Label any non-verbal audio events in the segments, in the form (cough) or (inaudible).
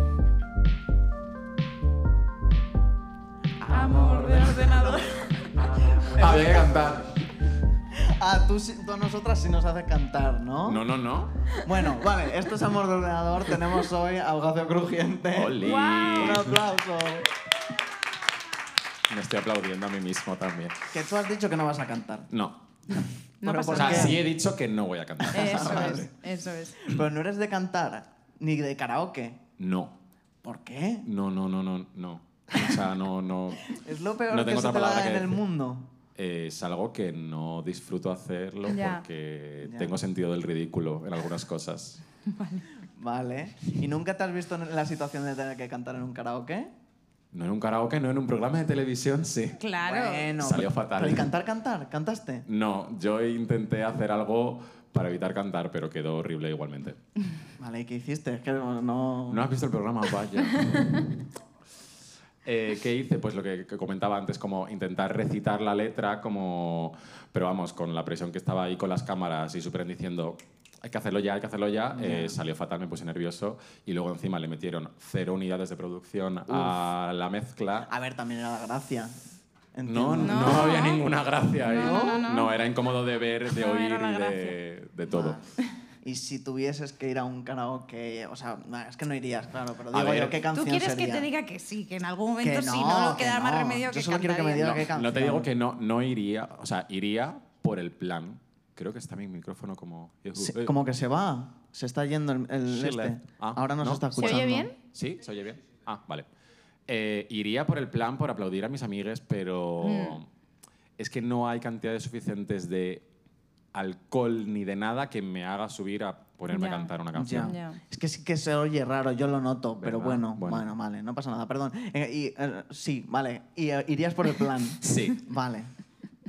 (laughs) cantar. Ah, tú, sí- tú a nosotras sí nos haces cantar, ¿no? No, no, no. Bueno, vale, esto es Amor de Ordenador. Tenemos hoy a Ahogación Crujiente. Oli. Un aplauso. Me estoy aplaudiendo a mí mismo también. Que tú has dicho que no vas a cantar. No. Pero No pasa O ¿por sea, qué? Ah, nada. sí he dicho que no voy a cantar. Eso es, Vale. eso es. Pero no eres de cantar, ni de karaoke. No. ¿Por qué? No, no, no, no, no. O sea, no, no. (laughs) Es lo peor No que tengo se otra te palabra da que en el decir. mundo. Eh, es algo que no disfruto hacerlo Ya. porque Ya. tengo sentido del ridículo en (laughs) algunas cosas. Vale. ¿Y nunca te has visto en la situación de tener que cantar en un karaoke? No en un karaoke, no en un programa de televisión, sí. Claro. Bueno, Salió pero- fatal. Pero ¿y cantar, cantar? ¿Cantaste? No, yo intenté hacer algo para evitar cantar, pero quedó horrible igualmente. Vale, ¿y qué hiciste? Es que no... no- No has visto (laughs) el programa, vaya. Eh, ¿Qué hice? Pues lo que, que comentaba antes, como intentar recitar la letra, como, pero vamos, con la presión que estaba ahí con las cámaras y Superen diciendo, hay que hacerlo ya, hay que hacerlo ya, eh, salió fatal, me puse nervioso y luego encima le metieron cero unidades de producción a la mezcla. Ah, A ver, también era la gracia. No, Entiendo. no, No. había ninguna gracia ahí. No, no, no, no. era incómodo de ver, de No oír era la y de, gracia. de todo. Y si tuvieses que ir a un karaoke, o sea, nah, es que no irías, claro, pero A digo ver. yo qué ¿Tú canción quieres sería? que te diga que sí? Que en algún Que momento sí, no que queda más no. remedio que Yo solo quiero que me cantar digas bien. qué canción. No te digo que no, no iría, o sea, iría por el plan. Creo que está mi micrófono como... Eh, Se- como que se va, se está yendo el, el She este. left. Ah, Ahora nos no. está ¿Se escuchando. oye bien? ¿Sí? ¿Se oye bien? Ah, vale. Eh, iría por el plan, por aplaudir a mis amigues, pero Mm. es que no hay cantidades suficientes de alcohol ni de nada que me haga subir a Ya. ponerme a cantar una Ya. canción. Ya. Es que sí que se oye raro, yo lo noto, pero ¿Verdad? bueno, bueno, Bueno. vale, no pasa nada, perdón. Eh, y, eh, sí, vale, y, eh, irías por el plan. (laughs) Sí. Vale,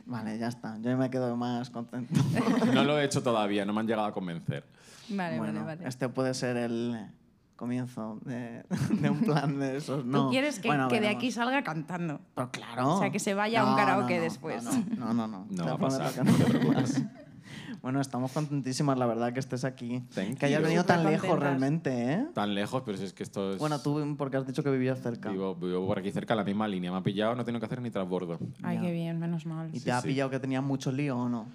vale, ya está, yo me quedo más contento. (laughs) No lo he hecho todavía, no me han llegado a convencer. Vale, bueno, vale, vale. este puede ser el comienzo de, (laughs) de un plan de esos. No. Tú quieres que, Bueno, que de veremos. aquí salga cantando. Pero claro. O sea, que se vaya a un karaoke después. No, no, no. (laughs) No, No Te va a prometo pasar, que no te preocupes. (laughs) bueno, estamos contentísimas, la verdad, que estés aquí. Thank que hayas you. venido tan lejos Supercontentas. realmente, ¿eh? Tan lejos, pero si es que esto es... Bueno, tú, porque has dicho que vivías cerca. pues Vivo, vivo por aquí cerca, la misma línea. Me ha pillado, no tengo que hacer ni transbordo. Ay, Ya. qué bien, menos mal. (laughs) ¿Y Sí, te ha sí. pillado que tenías mucho lío o no?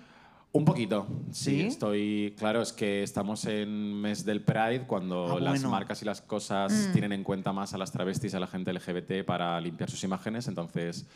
Un poquito, ¿Sí? sí. Estoy, claro, es que estamos en mes del Pride, cuando Ah, las bueno. marcas y las cosas Mm. tienen en cuenta más a las travestis, a la gente LGBT para limpiar sus imágenes, entonces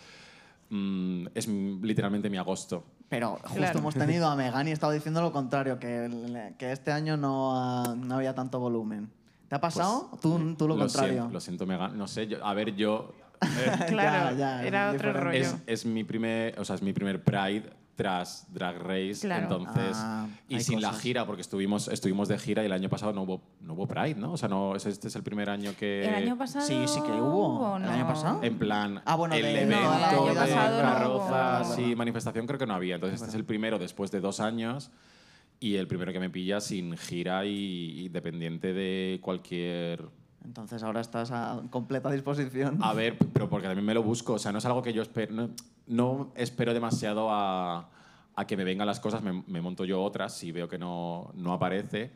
mm, es m- literalmente mi agosto. Pero justo Claro. hemos tenido a Megan y he estado diciendo lo contrario, que, el- que este año no, ha- no había tanto volumen. ¿Te ha pasado? tú, tú lo, contrario. Pues Siento, lo siento, Megan. No sé, yo- a ver, yo... (laughs) eh, Claro, Ya, ya, era es otro diferente. rollo. es, es mi primer, o sea, es mi primer Pride tras Drag Race, Claro. entonces Ah, y hay sin la cosas. gira porque estuvimos estuvimos de gira y el año pasado no hubo no hubo Pride, ¿no? O sea, no este es el primer año que El año pasado. eh, sí, sí que hubo. ¿o ¿El no? año pasado? En plan, Ah, bueno, el de- evento No, el año de pasado no carrozas hubo. y manifestación creo que no había. Entonces, este es el primero después de dos años y el primero que me pilla sin gira y, y dependiente de cualquier. Entonces ahora estás a completa disposición. A ver, pero porque también me lo busco. O sea, no es algo que yo espero. No, no espero demasiado a, a que me vengan las cosas. Me, me monto yo otras si veo que no, no aparece.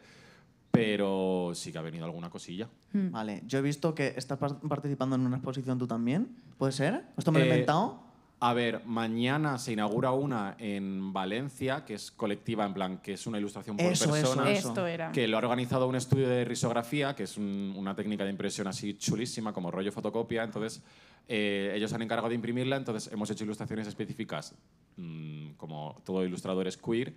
Pero sí que ha venido alguna cosilla. Vale, yo he visto que estás par- participando en una exposición tú también. ¿Puede ser? ¿Esto me lo he Eh, inventado? A ver, mañana se inaugura una en Valencia, que es colectiva, en plan, que es una ilustración por Eso, eso, persona, eso. Esto era. que lo ha organizado un estudio de risografía, que es un- una técnica de impresión así chulísima, como rollo fotocopia. Entonces, eh, ellos se han encargado de imprimirla, entonces hemos hecho ilustraciones específicas, mm, como todo ilustrador es queer,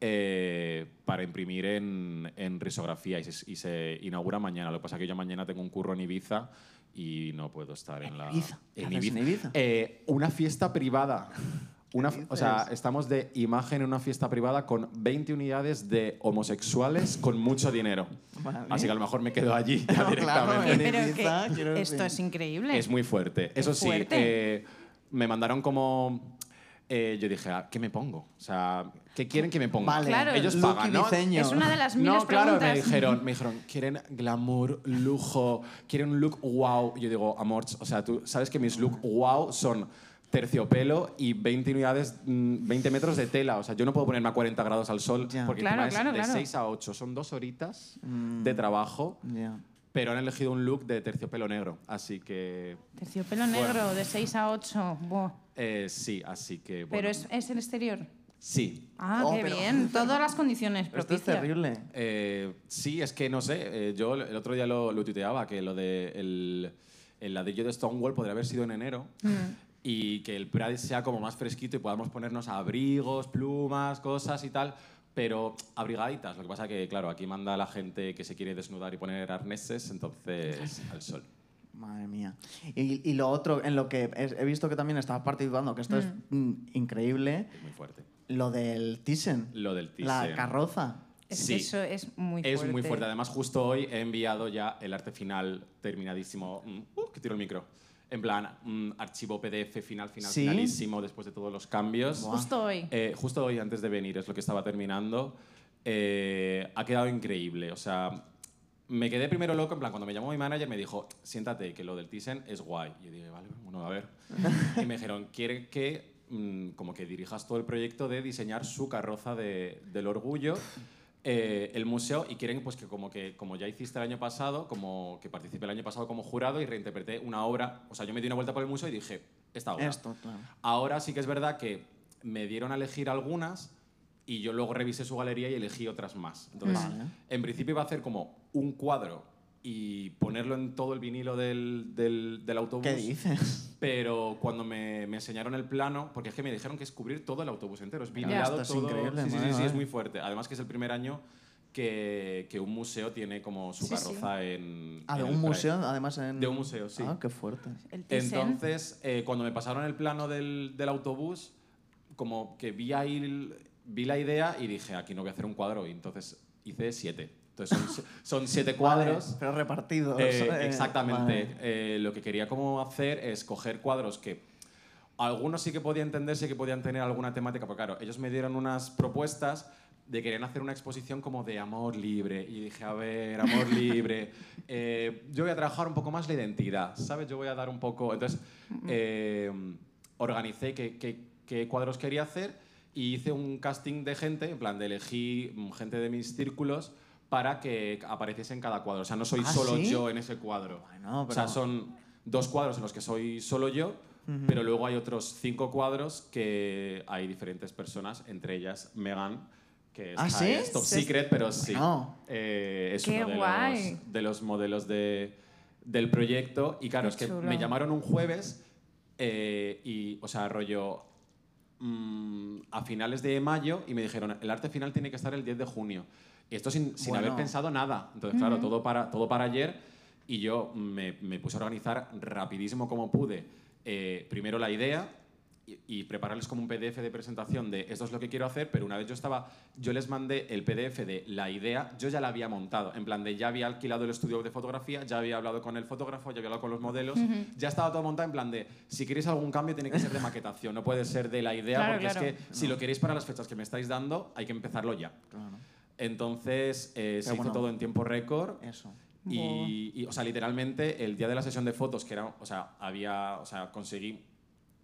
eh, para imprimir en, en risografía y se, y se inaugura mañana. Lo que pasa es que yo mañana tengo un curro en Ibiza y no puedo estar en la... Ibiza. ¿Qué haces en Ibiza? Eh, una fiesta privada. Una, ¿Qué o sea, dices? estamos de imagen en una fiesta privada con 20 unidades de homosexuales con mucho dinero. Vale. Así que a lo mejor me quedo allí (laughs) ya No, claro, Eh, directamente. en (laughs) pero Ibiza, que quiero esto decir. es increíble. Es muy fuerte. Eso sí, fuerte. eh, me mandaron como... eh, yo dije, "Ah, ¿qué me pongo? O sea, ¿qué quieren que me ponga? Vale, Claro. Ellos look pagan, y ¿no? diseño. Es una de las miles No, claro, me preguntas. (laughs) dijeron, me dijeron, quieren glamour, lujo, quieren un look wow. Yo digo, amor, o sea, tú sabes que mis look wow son terciopelo y 20 unidades, mm, 20 metros de tela. O sea, yo no puedo ponerme a 40 grados al sol Ya. porque Claro, encima es claro, de claro. 6 a 8. Son dos horitas de trabajo, Ya. pero han elegido un look de terciopelo negro. Así que Terciopelo negro de 6 a 8. Buah. Eh, sí, así que bueno. Pero es, es el exterior. Sí. Ah, Oh, qué (laughs) pero- bien. Todas las condiciones Pero esto propicias. es terrible. Eh, sí, es que no sé. eh, yo el otro día lo, lo tuiteaba, que lo de el, el ladrillo de Stonewall podría haber sido en enero. Y que el Pride sea como más fresquito y podamos ponernos abrigos, plumas, cosas y tal, pero abrigaditas. Lo que pasa que, claro, aquí manda la gente que se quiere desnudar y poner arneses, entonces al sol. Madre mía. Y, y lo otro en lo que he he visto que también estabas participando, que esto es mm, increíble, Es muy fuerte. lo del Thyssen. Lo del La Thyssen. carroza. Es Sí. que eso es muy fuerte. es muy fuerte. Además, justo hoy he enviado ya el arte final terminadísimo. Mm, uh, que tiro el micro. En plan, mm, archivo PDF final, final, Sí. finalísimo, después de todos los cambios. Justo hoy. Eh, justo hoy, antes de venir, es lo que estaba terminando. Eh, ha quedado increíble. O sea, me quedé primero loco. En plan, cuando me llamó mi manager, me dijo, siéntate, que lo del Thyssen es guay. Y yo dije, vale, bueno, a ver. y me dijeron, quieren que mm, como que dirijas todo el proyecto de diseñar su carroza de- del orgullo. eh, el museo y quieren pues que como que como ya hiciste el año pasado como que participé el año pasado como jurado y reinterpreté una obra o sea yo me di una vuelta por el museo y dije esta obra Esto, claro. Ahora sí que es verdad que me dieron a elegir algunas y yo luego revisé su galería y elegí otras más. Entonces, Vale. en principio iba a hacer como un cuadro y ponerlo en todo el vinilo del, del, del autobús. ¿Qué (laughs) dices? Pero cuando me, me enseñaron el plano, porque es que me dijeron que es cubrir todo el autobús entero, es vinilado esto es todo. increíble, sí, sí, sí, madre sí, mía. es muy fuerte. Además que es el primer año que, que un museo tiene como su Sí, sí. carroza en... Ah, de en el un Pride. museo, además en... De un museo, sí. Ah, qué fuerte. El Thyssen. Entonces, eh, cuando me pasaron el plano del, del autobús, como que vi ahí, el- vi la idea y dije, aquí no voy a hacer un cuadro. Y entonces hice siete. Entonces son, se- son siete Vale, cuadros. pero repartidos. Eh, (laughs) eh, exactamente. vale. Eh, lo que quería como hacer es coger cuadros que algunos sí que podía entenderse que podían tener alguna temática, porque claro, ellos me dieron unas propuestas de querían hacer una exposición como de amor libre. Y dije, a ver, (laughs) amor libre. eh, yo voy a trabajar un poco más la identidad, ¿sabes? Yo voy a dar un poco... Entonces, eh, organicé qué, qué- qué cuadros quería hacer y hice un casting de gente, en plan de elegí mm, gente de mis círculos para que apareciese en cada cuadro. O sea, no soy ¿Ah, solo sí? yo en ese cuadro. Bueno, O sea, pero- son dos cuadros en los que soy solo yo, pero luego hay otros cinco cuadros que hay diferentes personas, entre ellas Megan, que es, ¿Ah, sí? es top Sí. secret, pero sí. Bueno. Eh, es Qué uno de guay. los, de los modelos de- del proyecto. Y Qué claro, es que chulo. me llamaron un jueves eh, y, o sea, rollo mm, a finales de mayo y me dijeron, el arte final tiene que estar el 10 de junio. Y esto sin, sin Bueno. haber pensado nada. Entonces, claro, todo, para, todo para ayer y yo me, me puse a organizar rapidísimo como pude. eh, primero la idea y, y prepararles como un PDF de presentación de esto es lo que quiero hacer, pero una vez yo estaba, yo les mandé el PDF de la idea, yo ya la había montado, en plan de ya había alquilado el estudio de fotografía, ya había hablado con el fotógrafo, ya había hablado con los modelos, ya estaba todo montado en plan de si queréis algún cambio tiene que ser de maquetación, no puede ser de la idea, Claro, porque claro. es que si lo queréis para las fechas que me estáis dando, hay que empezarlo ya. Claro, Entonces eh, se hizo bueno. Em, todo en tiempo récord. eso. Y, y, o sea, literalmente el día de la sesión de fotos, que era, o sea, había, o sea, conseguí,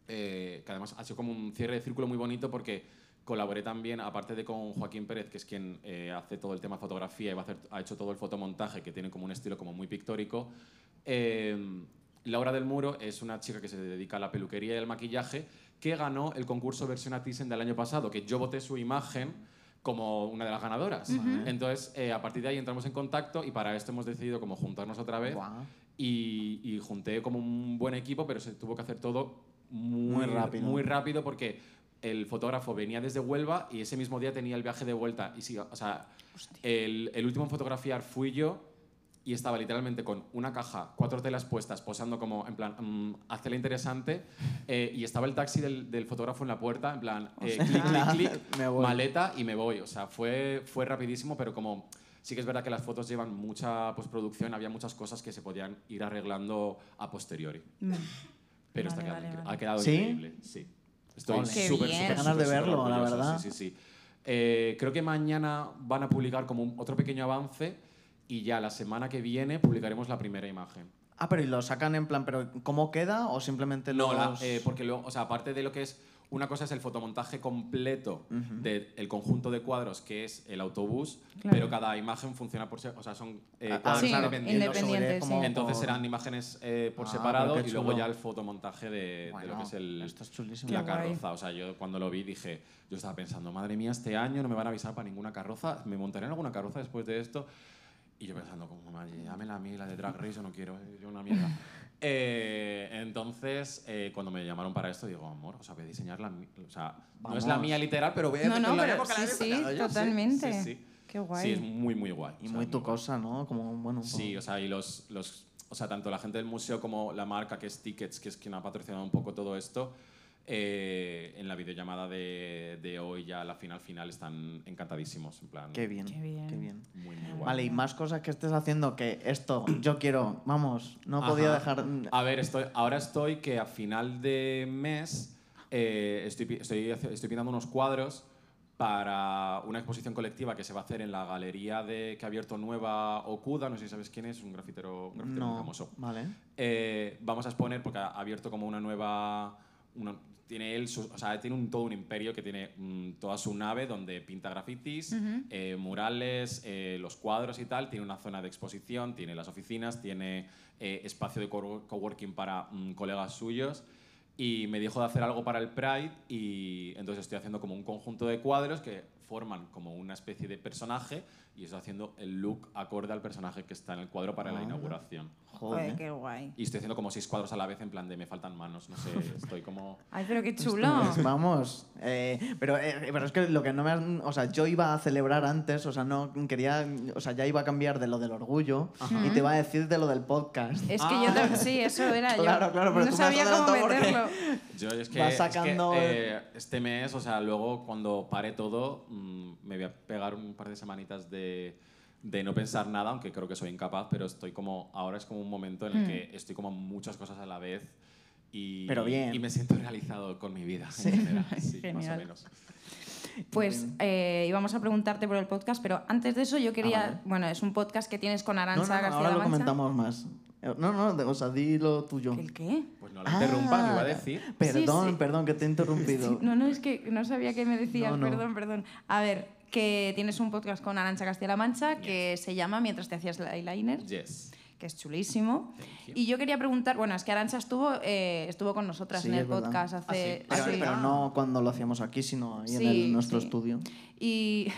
eh, que además ha sido como un cierre de círculo muy bonito porque colaboré también, aparte de con Joaquín Pérez, que es quien eh, hace todo el tema fotografía y va a hacer, ha hecho todo el fotomontaje, que tiene como un estilo como muy pictórico. eh, Laura del Muro es una chica que se dedica a la peluquería y al maquillaje, que ganó el concurso Versión a Thyssen del año pasado, que yo voté su imagen como una de las ganadoras. Entonces, eh, a partir de ahí entramos en contacto y para esto hemos decidido como juntarnos otra vez Guau. y, y junté como un buen equipo, pero se tuvo que hacer todo muy, Muy rápido. Muy rápido porque el fotógrafo venía desde Huelva y ese mismo día tenía el viaje de vuelta. Y sí, o sea, el, el último en fotografiar fui yo y estaba literalmente con una caja, cuatro telas puestas, posando como en plan, mm, hazla interesante. eh, y estaba el taxi del, del fotógrafo en la puerta, en plan, eh, clic, (laughs) clic, clic, Me voy. maleta y me voy. O sea, fue, fue rapidísimo, pero como sí que es verdad que las fotos llevan mucha postproducción, había muchas cosas que se podían ir arreglando a posteriori. Pero está Mm. Vale, quedando vale, incre- vale. ha quedado ¿Sí? increíble. Sí. Estoy Ole. súper, Qué súper, bien. súper, Ganas de súper verlo, la orgulloso. verdad. Sí, sí, sí. Eh, creo que mañana van a publicar como un- otro pequeño avance y ya la semana que viene publicaremos la primera imagen. Ah, pero ¿y lo sacan en plan, pero cómo queda o simplemente No, eh, los... la- eh, porque luego, o sea, aparte de lo que es Una cosa es el fotomontaje completo del conjunto de cuadros que es el autobús, Claro. pero cada imagen funciona por se- o sea, son eh, Ah, cuadros sí, independientes. independientes, Sobre- como sí. Entonces por- eran imágenes eh, por Oh. Ah, separado pero qué y luego chulo. ya el fotomontaje eh, de, de lo Bueno, que es el, esto es chulísimo. la Qué guay. carroza. O sea, yo cuando lo vi dije, yo estaba pensando, madre mía, este año no me van a avisar para ninguna carroza, me montaré en alguna carroza después de esto. Y yo pensando, como, "Madre, dámela a mí, la de Drag Race, yo no quiero, eh, yo (laughs) una mierda. Eh, entonces, eh, cuando me llamaron para esto, digo, amor, o sea, voy a diseñar la mía. O sea, no es la Vamos. mía literal, pero voy a No, no, la mía pero porque la sí, he sí, diseñado yo, totalmente. Sí, sí. Qué guay. Sí, es muy, muy guay. Y O sea, muy tu guay. cosa, ¿no? Como un bueno. un poco- Sí, o sea, y los, los- o sea, tanto la gente del museo como la marca que es Tickets, que es quien ha patrocinado un poco todo esto, eh, en la videollamada de, de hoy ya la final final están encantadísimos, en plan, Qué bien. Qué Qué bien. bien. muy, muy guay. Vale, y más cosas que estés haciendo que esto, yo quiero, vamos, no podía Ajá. Ah, dejar. A ver, estoy, ahora estoy que a final de mes eh, estoy, pi- estoy, haci- estoy pintando unos cuadros para una exposición colectiva que se va a hacer en la galería de, que ha abierto nueva Okuda, no sé si sabes quién es, un grafitero, un grafitero muy No, famoso. vale. Eh, vamos a exponer, porque ha ha abierto como una nueva... una- tiene él, su- o sea, tiene un, todo un imperio que tiene mm, toda su nave donde pinta grafitis, eh, murales, eh, los cuadros y tal. Tiene una zona de exposición, tiene las oficinas, tiene eh, espacio de co- coworking para mm, colegas suyos. Y me dijo de hacer algo para el Pride y entonces estoy haciendo como un conjunto de cuadros que forman como una especie de personaje y estoy haciendo el look acorde al personaje que está en el cuadro para la Ah. inauguración. Joder, Joder. qué guay. Y estoy haciendo como seis cuadros a la vez en plan de me faltan manos, no sé, (laughs) estoy como... Ay, pero qué chulo. Pues (laughs) vamos, eh, pero, eh, pero es que lo que no me han, o sea, yo iba a celebrar antes, o sea, no quería, o sea, ya iba a cambiar de lo del orgullo y te iba a decir de lo del podcast. Es que yo también, sí, eso era yo. Ah. Claro, claro, pero no tú me has sabía cómo adelantado porque- (laughs) meterlo. Yo es que, Va es que, sacando- eh, este mes, o sea, luego cuando pare todo, mm, me voy a pegar un par de semanitas de, de no pensar nada, aunque creo que soy incapaz, pero estoy como, ahora es como un momento en el que estoy como muchas cosas a la vez y, Pero bien. y me siento realizado con mi vida. en general, sí, más o Genial. menos. Pues eh, íbamos a preguntarte por el podcast, pero antes de eso yo quería. Ah, vale. Bueno, es un podcast que tienes con No, no, Aranza no, García ahora La lo Mancha. comentamos más. Eh, No, no, de- o sea, di lo tuyo. ¿El qué? Pues no la interrumpa, Ah, iba a decir. Perdón, Sí, sí. perdón, que te he interrumpido. No, no, es que no sabía qué me decías, No, no. perdón, perdón. A ver, que tienes un podcast con Arancha Castilla-La Mancha que se llama Mientras te hacías el eyeliner, Yes. que es chulísimo. you. Y yo quería preguntar, bueno, es que Arancha estuvo, eh, estuvo con nosotras Sí, en el es verdad. podcast Ah, hace... sí. Pero, Ah, sí. pero no cuando lo hacíamos aquí, sino ahí en Sí, el- nuestro sí. estudio. (laughs) Y...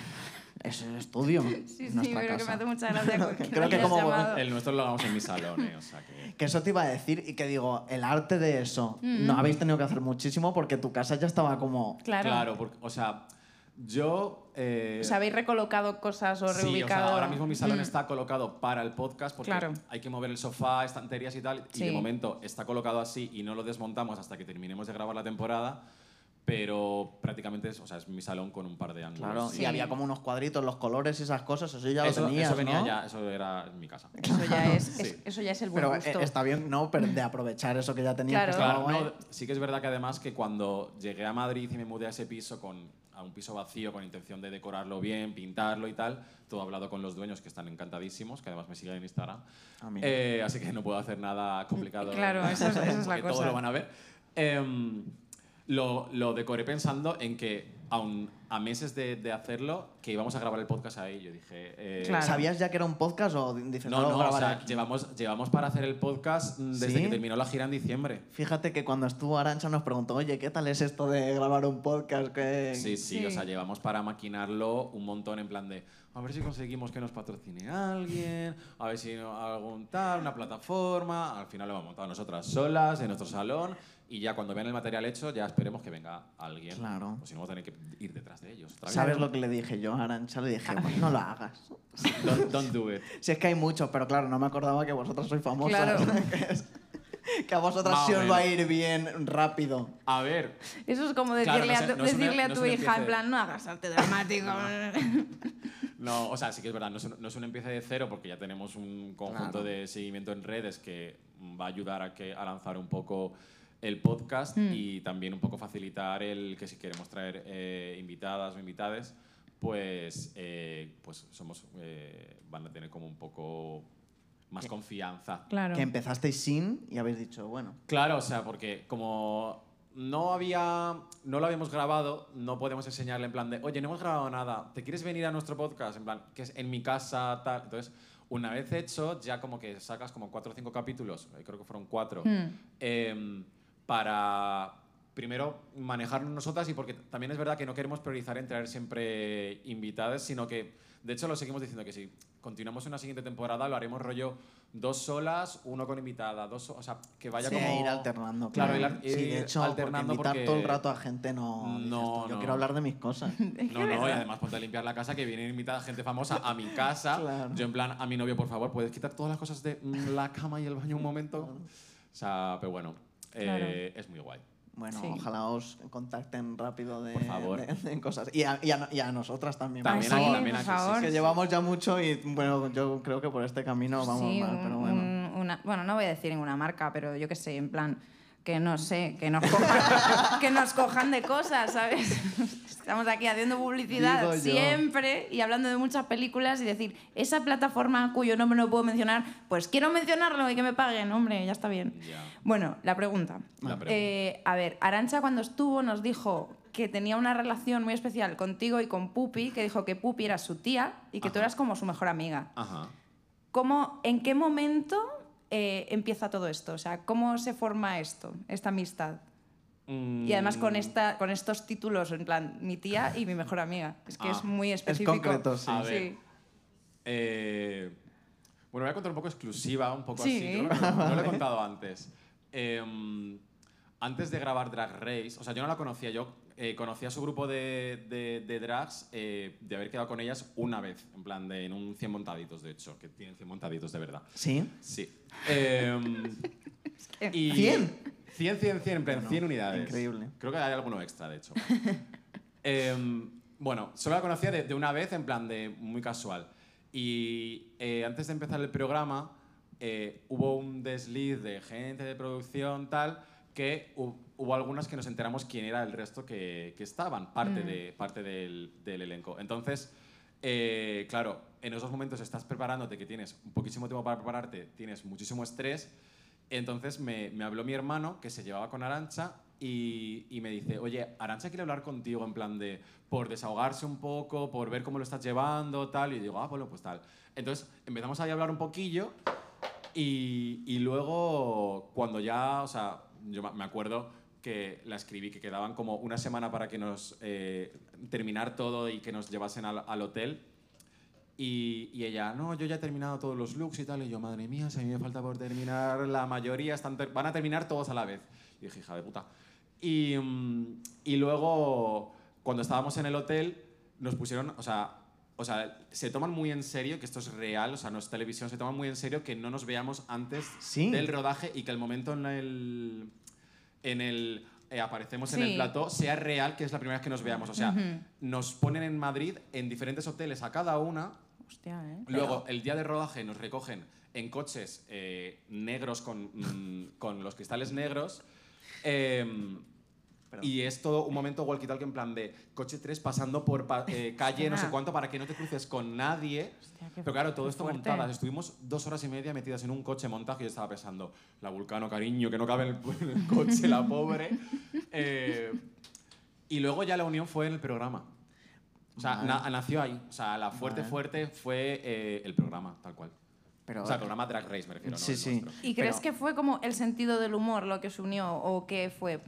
Es el estudio. Sí, sí, nuestra pero que me casa. hace mucha (laughs) gracia que, Creo lo que hayas como- llamado. El nuestro lo hagamos en mi salón, eh, o sea que... Que eso te iba a decir y que digo, el arte de eso. Mm. No habéis tenido que hacer muchísimo porque tu casa ya estaba como. Claro. porque, o sea, yo... eh, Os habéis recolocado cosas o sí, o reubicado. Mm. sea, ahora mismo mi salón está colocado para el podcast porque Claro. hay que mover el sofá, estanterías y tal. Y Sí. de momento está colocado así y no lo desmontamos hasta que terminemos de grabar la temporada. Pero prácticamente es, o sea, es mi salón con un par de ángulos. Claro, Sí. Sí. y había como unos cuadritos, los colores, esas cosas, eso ya eso, lo tenías. eso venía ¿no? ya, eso era en mi casa. Eso ya es, Sí. es- eso ya es el buen Pero eh, gusto. está bien, ¿no? Pero de aprovechar eso que ya tenías. Claro. que estaba Claro, guay. no, sí que es verdad que además que cuando llegué a Madrid y me mudé a ese piso con a un piso vacío con intención de decorarlo bien, pintarlo y tal, todo hablado con los dueños que están encantadísimos, que además me siguen en Instagram. Ah, mira. Eh, así que no puedo hacer nada complicado. Claro, esa es- esa (laughs) es la porque cosa. Todo lo van a ver. Em, lo, lo decoré pensando en que aun a meses de, de hacerlo, que íbamos a grabar el podcast ahí. Yo dije, eh, Claro. ¿Sabías ya que era un podcast o dices, no, lo no, o grabaré sea, aquí"? llevamos, llevamos para hacer el podcast mm, desde ¿Sí? que terminó la gira en diciembre. Fíjate que cuando estuvo Arancha nos preguntó, oye, ¿qué tal es esto de grabar un podcast? Que... Sí, sí, Sí. o sea, llevamos para maquinarlo un montón en plan de a ver si conseguimos que nos patrocine alguien, a ver si no- algún tal, una plataforma. Al final lo hemos montado nosotras solas en nuestro salón y ya cuando vean el material hecho ya esperemos que venga alguien. Claro. O si no, vamos a tener que ir detrás de ellos. otra vez. ¿Sabes lo que le dije yo a Arancha? Le dije, "Bueno, no lo hagas. (laughs) Don't, don't do it. Si es que hay muchos, pero claro, no me acordaba que vosotros sois famosas. Claro. que, es- (laughs) que a vosotras Más sí o os va a menos. ir bien rápido. A ver, Eso es como Claro, decirle, no se- a, tu, no se me- decirle a no tu se me hija, en empiece. plan, no hagas arte (laughs) dramático. No, o sea, sí que es verdad, no es un, no es un empiece de cero porque ya tenemos un conjunto Claro. de seguimiento en redes que va a ayudar a, que, a lanzar un poco el podcast y también un poco facilitar el que si queremos traer eh, invitadas o invitades, pues, eh, pues somos, eh, van a tener como un poco más confianza. claro. Que empezasteis sin y habéis dicho, bueno. Claro, o sea, porque como no había, no lo habíamos grabado, no podemos enseñarle en plan de, oye, no hemos grabado nada, ¿te quieres venir a nuestro podcast? En plan, que es en mi casa, tal. Entonces, una vez hecho, ya como que sacas como cuatro o cinco capítulos, eh, creo que fueron cuatro, Hmm. em, para primero manejarnos nosotras y porque también es verdad que no queremos priorizar en traer siempre invitadas, sino que, de hecho, lo seguimos diciendo que si continuamos una siguiente temporada, lo haremos rollo dos solas, uno con invitada, dos, so- o sea, que vaya Sí, como... ir alternando, Claro, claro. ir al- sí, ir de hecho, alternando porque invitar porque- todo el rato a gente no. No, dices tú, Yo no. quiero hablar de mis cosas. (laughs) No, no, y además ponte a limpiar la casa que viene invitada gente famosa a mi casa. Claro. Yo en plan, a mi novio, por favor, ¿puedes quitar todas las cosas de mm, la cama y el baño un momento? O sea, pero bueno, eh, es muy guay. Bueno, Sí. ojalá os contacten rápido de, Por favor. de- de cosas. Y a, y a- y a nosotras también. También por sí, hay, favor. también por hay- favor. que llevamos ya mucho y bueno, yo creo que por este camino vamos sí, mal, un- pero bueno. un- una- bueno, no voy a decir ninguna marca, pero yo qué sé, en plan, que no sé, que nos (laughs) cojan, que nos cojan de cosas, ¿sabes? Estamos aquí haciendo publicidad Digo yo. siempre y hablando de muchas películas y decir, esa plataforma cuyo nombre no puedo mencionar, pues quiero mencionarlo y que me paguen, hombre, ya está bien. Ya. Bueno, la pregunta. La pregunta. Eh, a ver, Arancha cuando estuvo nos dijo que tenía una relación muy especial contigo y con Pupi, que dijo que Pupi era su tía y que tú Ajá. eras como su mejor amiga. Ajá. ¿Cómo, ¿En qué momento eh, empieza todo esto? O sea, ¿cómo se forma esto, esta amistad? Y además con, Mm, esta, con estos títulos, en plan, mi tía y mi mejor amiga. Es que Ah. es muy específico. concreto, sí. A ver. eh, bueno, voy a contar un poco exclusiva, un poco Sí. así. creo que No, no lo he contado antes. Em, antes de grabar Drag Race, o sea, yo no la conocía, yo eh, conocía su grupo de, de- de drags eh, de haber quedado con ellas una vez, en plan, de, en un 100 montaditos, de hecho, que tienen 100 montaditos de verdad. Sí. Sí. Em, (laughs) que- y- ¿Cien? 100, 100, 100, en plan, Bueno, 100 unidades. increíble. Creo que hay alguno extra, de (laughs) hecho. Em, bueno, solo la conocía de, de una vez, en plan, de muy casual. Y eh, antes de empezar el programa, eh, hubo un desliz de gente de producción, tal, que hu- hubo algunas que nos enteramos quién era el resto que, que estaban, parte, de, parte del, del elenco. Entonces, eh, claro, en esos momentos estás preparándote, que tienes poquísimo tiempo para prepararte, tienes muchísimo estrés. Entonces me, me habló mi hermano, que se llevaba con Arancha, y, y me dice, oye, Arancha quiere hablar contigo en plan de, por desahogarse un poco, por ver cómo lo estás llevando, tal. Y yo digo, ah, bueno, pues tal. Entonces empezamos ahí a hablar un poquillo, y, y luego, cuando ya, o sea, yo ma- me acuerdo que la escribí, que quedaban como una semana para que nos eh, terminar todo y que nos llevasen al, al hotel. Y, y ella, no, yo ya he terminado todos los looks y tal. Y yo, madre mía, si a mí me falta por terminar la mayoría, están ter- van a terminar todos a la vez. Y dije, hija de puta. Y, mm, y luego, cuando estábamos en el hotel, nos pusieron, o sea, o sea, se toman muy en serio, que esto es real, o sea, no es televisión, se toman muy en serio que no nos veamos antes Sí. del rodaje y que el momento en el, en el eh, aparecemos en el Sí. plató sea real, que es la primera vez que nos veamos. O sea, nos ponen en Madrid, en diferentes hoteles a cada una, Hostia, ¿eh? Luego, el día de rodaje nos recogen en coches eh, negros con, mm, con los cristales negros. em, y es todo un momento walkie que en plan de coche 3 pasando por pa- eh, calle no sé Ah. cuánto para que no te cruces con nadie. Hostia, qué Pero claro, todo qué esto fuerte. montadas. Estuvimos dos horas y media metidas en un coche montaje y yo estaba pensando, la Vulcano, cariño, que no cabe en el, (laughs) en el coche, la pobre. Eh, y luego ya la unión fue en el programa. O sea, Vale. na- nació ahí. O sea, la fuerte, Vale. fuerte fue eh, el programa, tal cual. Pero, o sea, el programa Drag Race, me refiero. Sí, no el sí. nuestro. ¿Y crees Pero- que fue como el sentido del humor lo que os unió o qué fue?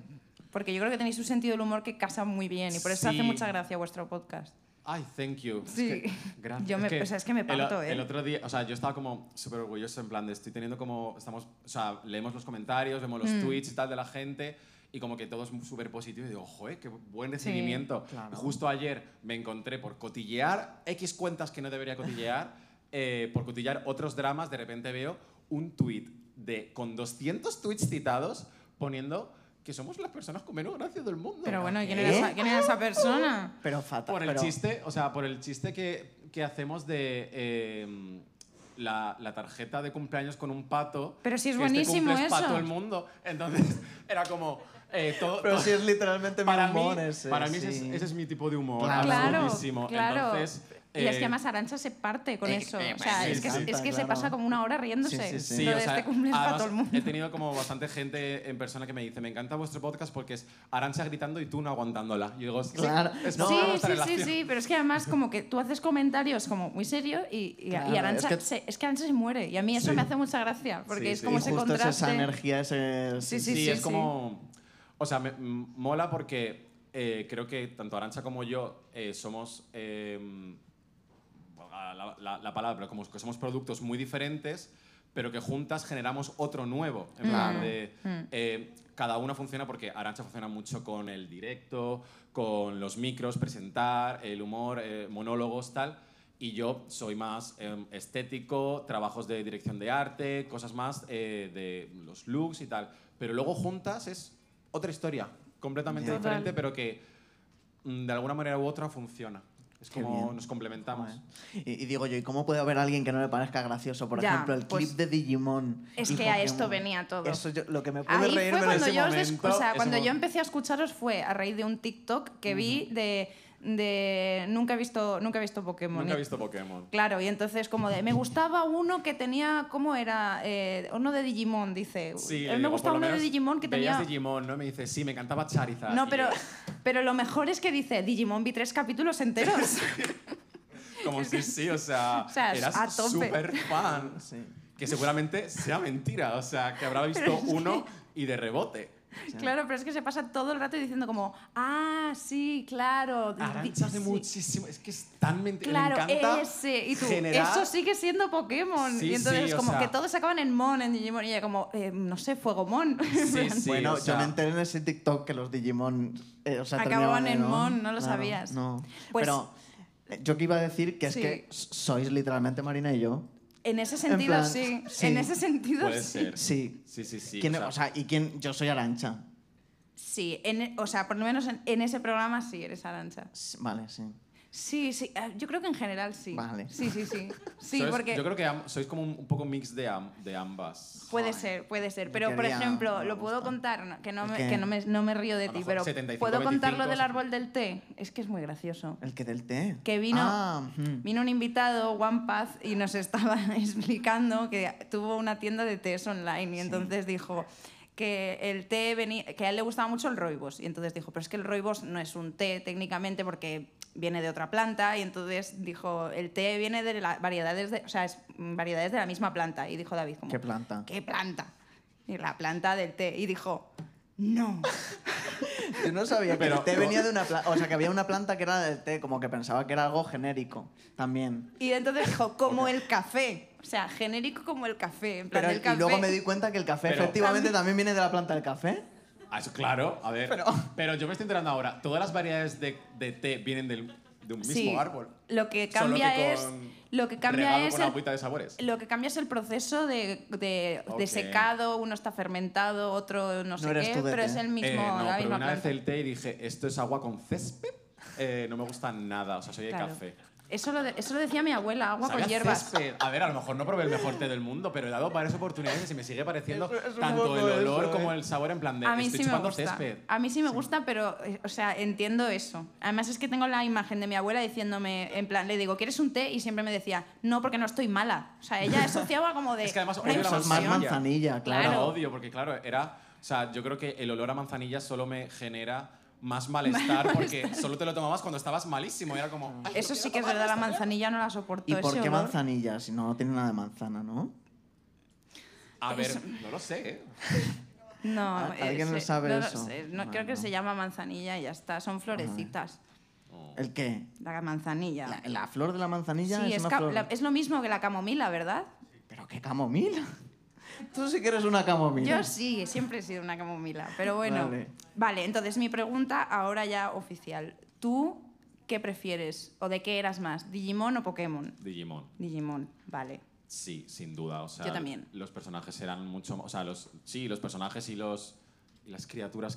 Porque yo creo que tenéis un sentido del humor que casa muy bien y por eso Sí. hace mucha gracia vuestro podcast. Ay, thank you. Es Sí. que- gracias. Yo me- o sea, es que me el- parto, el, ¿eh? otro día, o sea, yo estaba como súper orgulloso en plan de estoy teniendo como, estamos, o sea, leemos los comentarios, vemos Mm. los tweets y tal de la gente y como que todo es súper positivo y digo, joder, qué buen recibimiento. Claro. Justo ayer me encontré por cotillear X cuentas que no debería cotillear, eh, por cotillear otros dramas, de repente veo un tweet de, con 200 tweets citados poniendo que somos las personas con menos gracia del mundo. Pero bueno, ¿quién, ¿eh? era esa, quién era esa persona? Pero fatal. Por el pero- chiste, o sea, por el chiste que, que hacemos de eh, la, la tarjeta de cumpleaños con un pato. Pero si es que este buenísimo cumple es para eso. todo el mundo. Entonces, (laughs) era como eh, todo. Pero todo- sí es literalmente mi para mí, humor ese, para mí ese, sí. es, ese es mi tipo de humor. Claro. Claro, Claro, claro. Entonces, Y es Eh, que además Arancha se parte con eh, eso. eh, o sea, sí, es que, sí, es que se claro. pasa como una hora riéndose. Sí, sí, sí. Sí, Lo de o sea, este cumple es para además, todo el mundo. eh, he (laughs) tenido como bastante gente en persona que me dice, me encanta vuestro podcast porque es Arancha gritando y tú no aguantándola. Y digo, sí, Claro. es No, sí, parte de nuestra sí, sí, relación. sí, pero es que además como que tú haces comentarios como muy serio y, y, y Claro, Arantxa es que- se, es que Arantxa se muere y a mí eso me hace mucha gracia porque Sí, es sí. como Y ese justo es contraste. esa energía, ese... Sí, Sí, es sí. como... O sea, me, m- mola porque eh, creo que tanto Arancha como yo eh, somos... eh, la, la- la palabra, pero como que somos productos muy diferentes, pero que juntas generamos otro nuevo. Mm. En plan de, eh, cada una funciona porque Arancha funciona mucho con el directo, con los micros, presentar, el humor, eh, monólogos, tal. Y yo soy más em, estético, trabajos de dirección de arte, cosas más eh, de los looks y tal. Pero luego juntas es otra historia, completamente Total. diferente, pero que mm, de alguna manera u otra funciona. Es Qué como bien. nos complementamos. Joder. Y, y digo yo, ¿y cómo puede haber alguien que no le parezca gracioso? Por Ya, ejemplo, el pues, clip de Digimon. es y que a Pokémon. esto venía todo. Eso yo- lo que me pude Ahí fue reír en cuando ese yo, os des- momento. o sea, ese cuando yo momento. empecé a escucharos fue a raíz de un TikTok que vi de, de nunca he visto nunca he visto Pokémon. Nunca he Y- visto Pokémon. Claro, y entonces como de, me gustaba uno que tenía, ¿cómo era? Eh, uno de Digimon, dice. Sí, A mí me gustaba uno de Digimon que tenía... Veías Digimon, ¿no? Me dice, sí, me encantaba Charizard. No, Y pero, yo, (laughs) pero lo mejor es que dice, Digimon vi tres capítulos (laughs) enteros. Como sí, sí, o sea, (laughs) O sea, a eras tope. súper fan. Sí. Que seguramente sea mentira, o sea, que habrá visto uno y de rebote. claro, pero es que se pasa todo el rato diciendo como, ah, sí, claro. di- Arancha hace sí, muchísimo, es que es tan mentira. Claro, me encanta ese. Y tú, generar- eso sigue siendo Pokémon. Sí, y entonces sí, o como sea- que todos acaban en Mon, en Digimon, y ella como, eh, no sé, (laughs) Fuegomon. Sí, sí, bueno, o sea, yo me enteré en ese TikTok que los Digimon eh, o sea, Acababan terminaban en Mon. Mon, no lo Claro, sabías. No. Pues- Pero eh, yo que iba a decir que es Sí. que s- sois literalmente Marina y yo. En ese sentido, plan, sí. sí. En ese sentido, Puede sí. ser. Sí. Sí, sí, sí. ¿Quién- o sea, o sea, y quién yo soy Arancha. Sí, en- e, o sea, por lo menos en, en ese programa sí eres Arancha. Vale, sí. Sí, sí, ah, yo creo que en general sí. Vale. Sí, sí, (laughs) sí. Sí, sois- porque Yo creo que am- sois como un, un poco mix de, am- de ambas. puede Joder, ser, puede ser. yo Pero, por quería- ejemplo, me lo puedo gusta. contar, no, que, no ¿El me, qué? que no, me, no me río de lo ti, mejor pero 75, puedo contar lo 25, del árbol del té. Es que es muy gracioso. El que del té. Que vino- Ah, ujú. Vino un invitado, One Path, y nos (laughs) estaba explicando que tuvo una tienda de tés online y entonces dijo que el té venía, que a él le gustaba mucho el roibos y entonces dijo, pero es que el roibos no es un té técnicamente porque viene de otra planta y entonces dijo, el té viene de las variedades de, o sea, es mm, variedades de la misma planta y dijo David como, ¿Qué planta? ¿qué planta? Y la planta del té y dijo, (laughs) no. Yo no sabía que Pero- el té venía de una planta. O sea, que había una planta que era del té, como que pensaba que era algo genérico también. Y entonces dijo, como el café, o sea, genérico como el café, en plan Pero, del café. y luego me di cuenta que el café Pero- efectivamente también viene de la planta del café. Ah, eso, claro, a ver. Pero, yo me estoy enterando ahora. Todas las variedades de, de té vienen del, de un mismo Sí, árbol. Lo que Solo cambia que es. con- Lo que cambia regado es. con el- agüita de sabores. lo que cambia es el proceso de, de- de Ok. secado, uno está fermentado, otro no sé eres qué, tú de pero té. es el mismo, Eh, no, la pero misma una vez planta. el té y dije, esto es agua con césped. Eh, no me gusta nada, o sea, soy Claro. de café. Eso lo, de- eso lo decía mi abuela, agua Sabe con a hierbas. césped. A ver, a lo mejor no probé el mejor té del mundo, pero he dado varias oportunidades y me sigue pareciendo Es- es un tanto poco el eso, olor ¿eh? como el sabor en plan de A mí sí estoy me chupando gusta. césped. A mí sí me gusta, pero, eh, o sea, entiendo eso. Además es que tengo la imagen de mi abuela diciéndome, en plan, le digo, ¿quieres un té? Y siempre me decía, no, porque no estoy mala. O sea, ella asociaba como de... Es que además una odio la Eso es más manzanilla. manzanilla, claro. La odio, porque claro, era. O sea, yo creo que el olor a manzanilla solo me genera (laughs) más malestar porque solo te lo tomabas cuando estabas malísimo. Era como. "Ay, Eso no sí quiero que es tomar verdad, la esto". manzanilla no la soporto. ¿Y ese por qué olor. manzanilla? Si no, no tiene nada de manzana, ¿no? A Eso. ver, no lo sé. ¿eh? No, ¿Al- alguien no sé, sabe lo eso? sé, no, Bueno. Creo que se llama manzanilla y ya está. Son florecitas. ¿El qué? La manzanilla. La, la flor de la manzanilla sí, es, es, una ca- flor. la- es lo mismo que la camomila, ¿verdad? Pero qué camomila. (laughs) Tú sí que eres una camomila. Yo sí, siempre he sido una camomila. Pero bueno. Vale. Vale. entonces mi pregunta ahora ya oficial. ¿Tú qué prefieres? ¿O de qué eras más? ¿Digimon o Pokémon? Digimon. Digimon, vale. Sí, sin duda. O sea, Yo también. Los personajes eran mucho. O sea, los, sí, los personajes y, los, y las criaturas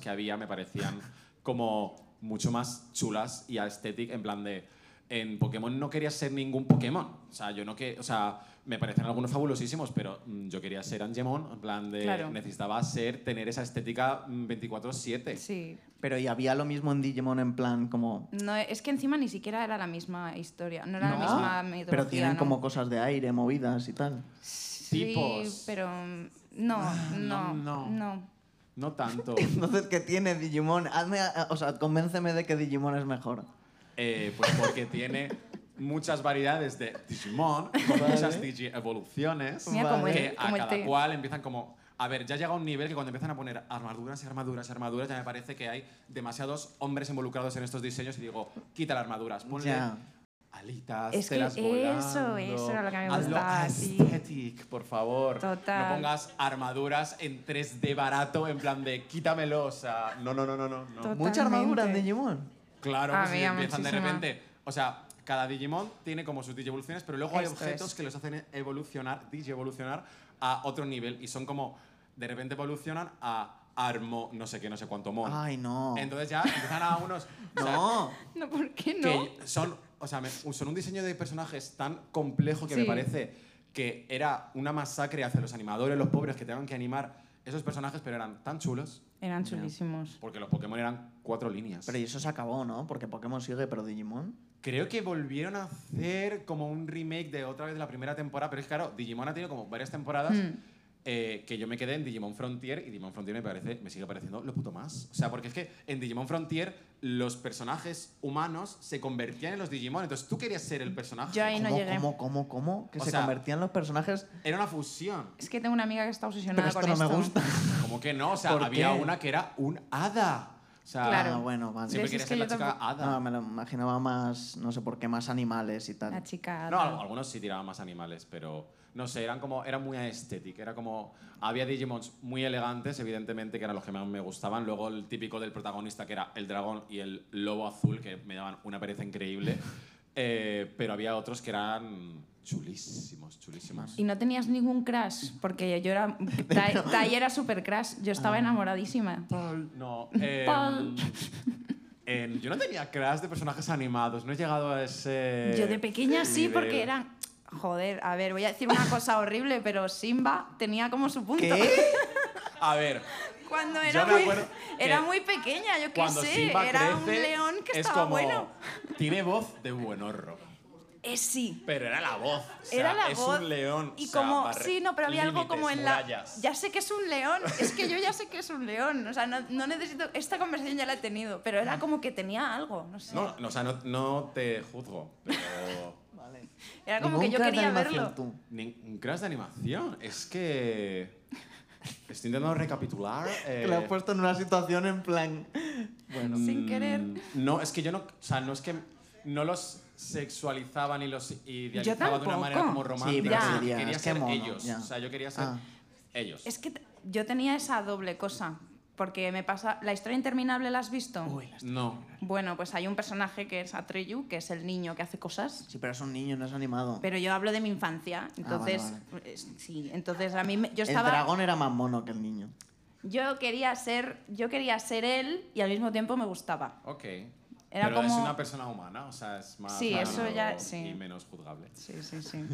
(laughs) que había me parecían como mucho más chulas y estéticas. En plan de. en Pokémon no quería ser ningún Pokémon. O sea, yo no que, o sea, me parecen algunos fabulosísimos, pero mm, yo quería ser Angemon, en plan de Claro. necesitaba ser tener esa estética mm, 24/7. Sí. Pero y había lo mismo en Digimon en plan como... No, es que encima ni siquiera era la misma historia, no era No, la misma mitología. pero tienen ¿no? como cosas de aire, movidas y tal. Sí, tipos. pero mm, no, Ah, no, no, no. no. (laughs) No tanto. Entonces, ¿qué tiene Digimon? Hazme, a- o sea, convénceme de que Digimon es mejor. Eh, pues porque tiene muchas variedades de Digimon, con muchas Digi evoluciones, Mira cómo que el- Eh, a cómo el cada te- cual empiezan como... A ver, ya llega un nivel que cuando empiezan a poner armaduras y armaduras y armaduras, ya me parece que hay demasiados hombres involucrados en estos diseños y digo, quita las armaduras, ponle Ya. alitas, Es que telas eso, volando. eso era lo que a mí me Hazlo gustaba, sí. aesthetic, por favor. Total. No pongas armaduras en 3D barato, en plan de quítamelo, o sea, no, no, no, no, no. no. Total. Mucha armadura en Totalmente. Digimon. Claro, Ah, pues si mira, empiezan de muchísima. repente. O sea, cada Digimon tiene como sus digievoluciones, pero luego hay Esto objetos es. que los hacen evolucionar, digievolucionar a otro nivel y son como de repente evolucionan a armo, no sé qué, no sé cuánto mon. Ay, no. Entonces ya empiezan a (laughs) unos o sea, no. No, ¿por qué no? que son, o sea, me- son un diseño de personajes tan complejo que me Sí. parece que era una masacre hacia los animadores, los pobres que tengan que animar esos personajes, pero eran tan chulos Eran chulísimos. porque los Pokémon eran cuatro líneas. Pero y eso se acabó, ¿no? Porque Pokémon sigue, pero Digimon. Creo que volvieron a hacer como un remake de otra vez de la primera temporada, pero es que claro, Digimon ha tenido como varias temporadas Mm. eh, que yo me quedé en Digimon Frontier y Digimon Frontier me, parece, me sigue pareciendo lo puto más. O sea, porque es que en Digimon Frontier los personajes humanos se convertían en los Digimon, entonces tú querías ser el personaje. Yo ahí no ¿Cómo, llegué. cómo, cómo, cómo? Que O se sea- convertían los personajes. Era una fusión. Es que tengo una amiga que está Pero obsesionada esto con no esto. me gusta. Como que no, o sea, ¿Por había qué? una que era un hada. O sea, Claro. Ah, bueno, vale. siempre Sí, querías es que ser la yo chica tampoco- hada. No, me lo imaginaba más, no sé por qué, más animales y tal. La chica. No, tal. al- algunos sí tiraban más animales, pero no sé, eran como, era muy estético, era como, había Digimons muy elegantes, evidentemente, que eran los que más me gustaban, luego el típico del protagonista, que era el dragón y el lobo azul, que me daban una (laughs) pereza increíble, Eh, pero había otros que eran chulísimos, chulísimos. Y no tenías ningún crush, porque yo (laughs) era. Tai Tai era super crush, yo estaba Ah. enamoradísima. No, em, Paul. em, yo no tenía crash de personajes animados, no he llegado a ese... Yo de pequeña sí, nivel. porque eran. Joder, a ver, voy a decir una cosa horrible, pero Simba tenía como su punto. ¿Qué? A ver, (laughs) Cuando Yo era, me muy, acuerdo era que muy pequeña, yo qué cuando sé, Simba era un crece, león que es estaba como, bueno. Tiene voz de buen horror. Eh, sí. Pero era la voz. o sea, era la es voz. un león. Y o sea, como, barre- sí, no, pero había algo límites, como en la. murallas. Ya sé que es un león, es que yo ya sé que es un león. O sea, no, no necesito. Esta conversación ya la he tenido, pero Ah. era como que tenía algo, no sé. No, no, o sea, no, no te juzgo, pero. Vale. era como que Ningún yo crack de quería animación, verlo. tú. Ni- Un crash de animación. Es que. Estoy intentando recapitular. eh, Que lo has puesto en una situación en plan... Bueno, mm, Sin querer. No, es que yo no. O sea, no es que. No los sexualizaba ni los idealizaba de una tampoco. manera como Sí, romántica. pero sino sí, que ya, quería es que ser mono, ellos. ya. O sea, yo quería ser Ah. ellos. Es que t- yo tenía esa doble cosa, porque me pasa. ¿La historia interminable la has visto? uy, las- No. Bueno, pues hay un personaje que es Atreyu, que es el niño que hace cosas. Sí, pero es un niño, no es animado. Pero yo hablo de mi infancia, Ah, vale, entonces pues, sí, entonces a mí me- yo El estaba dragón era más mono que el niño. yo quería ser yo quería ser él y al mismo tiempo me gustaba. Ok. Era pero es como- una persona humana, o sea, es más. Sí, humano eso ya- sí. Y menos juzgable. Sí, sí, sí.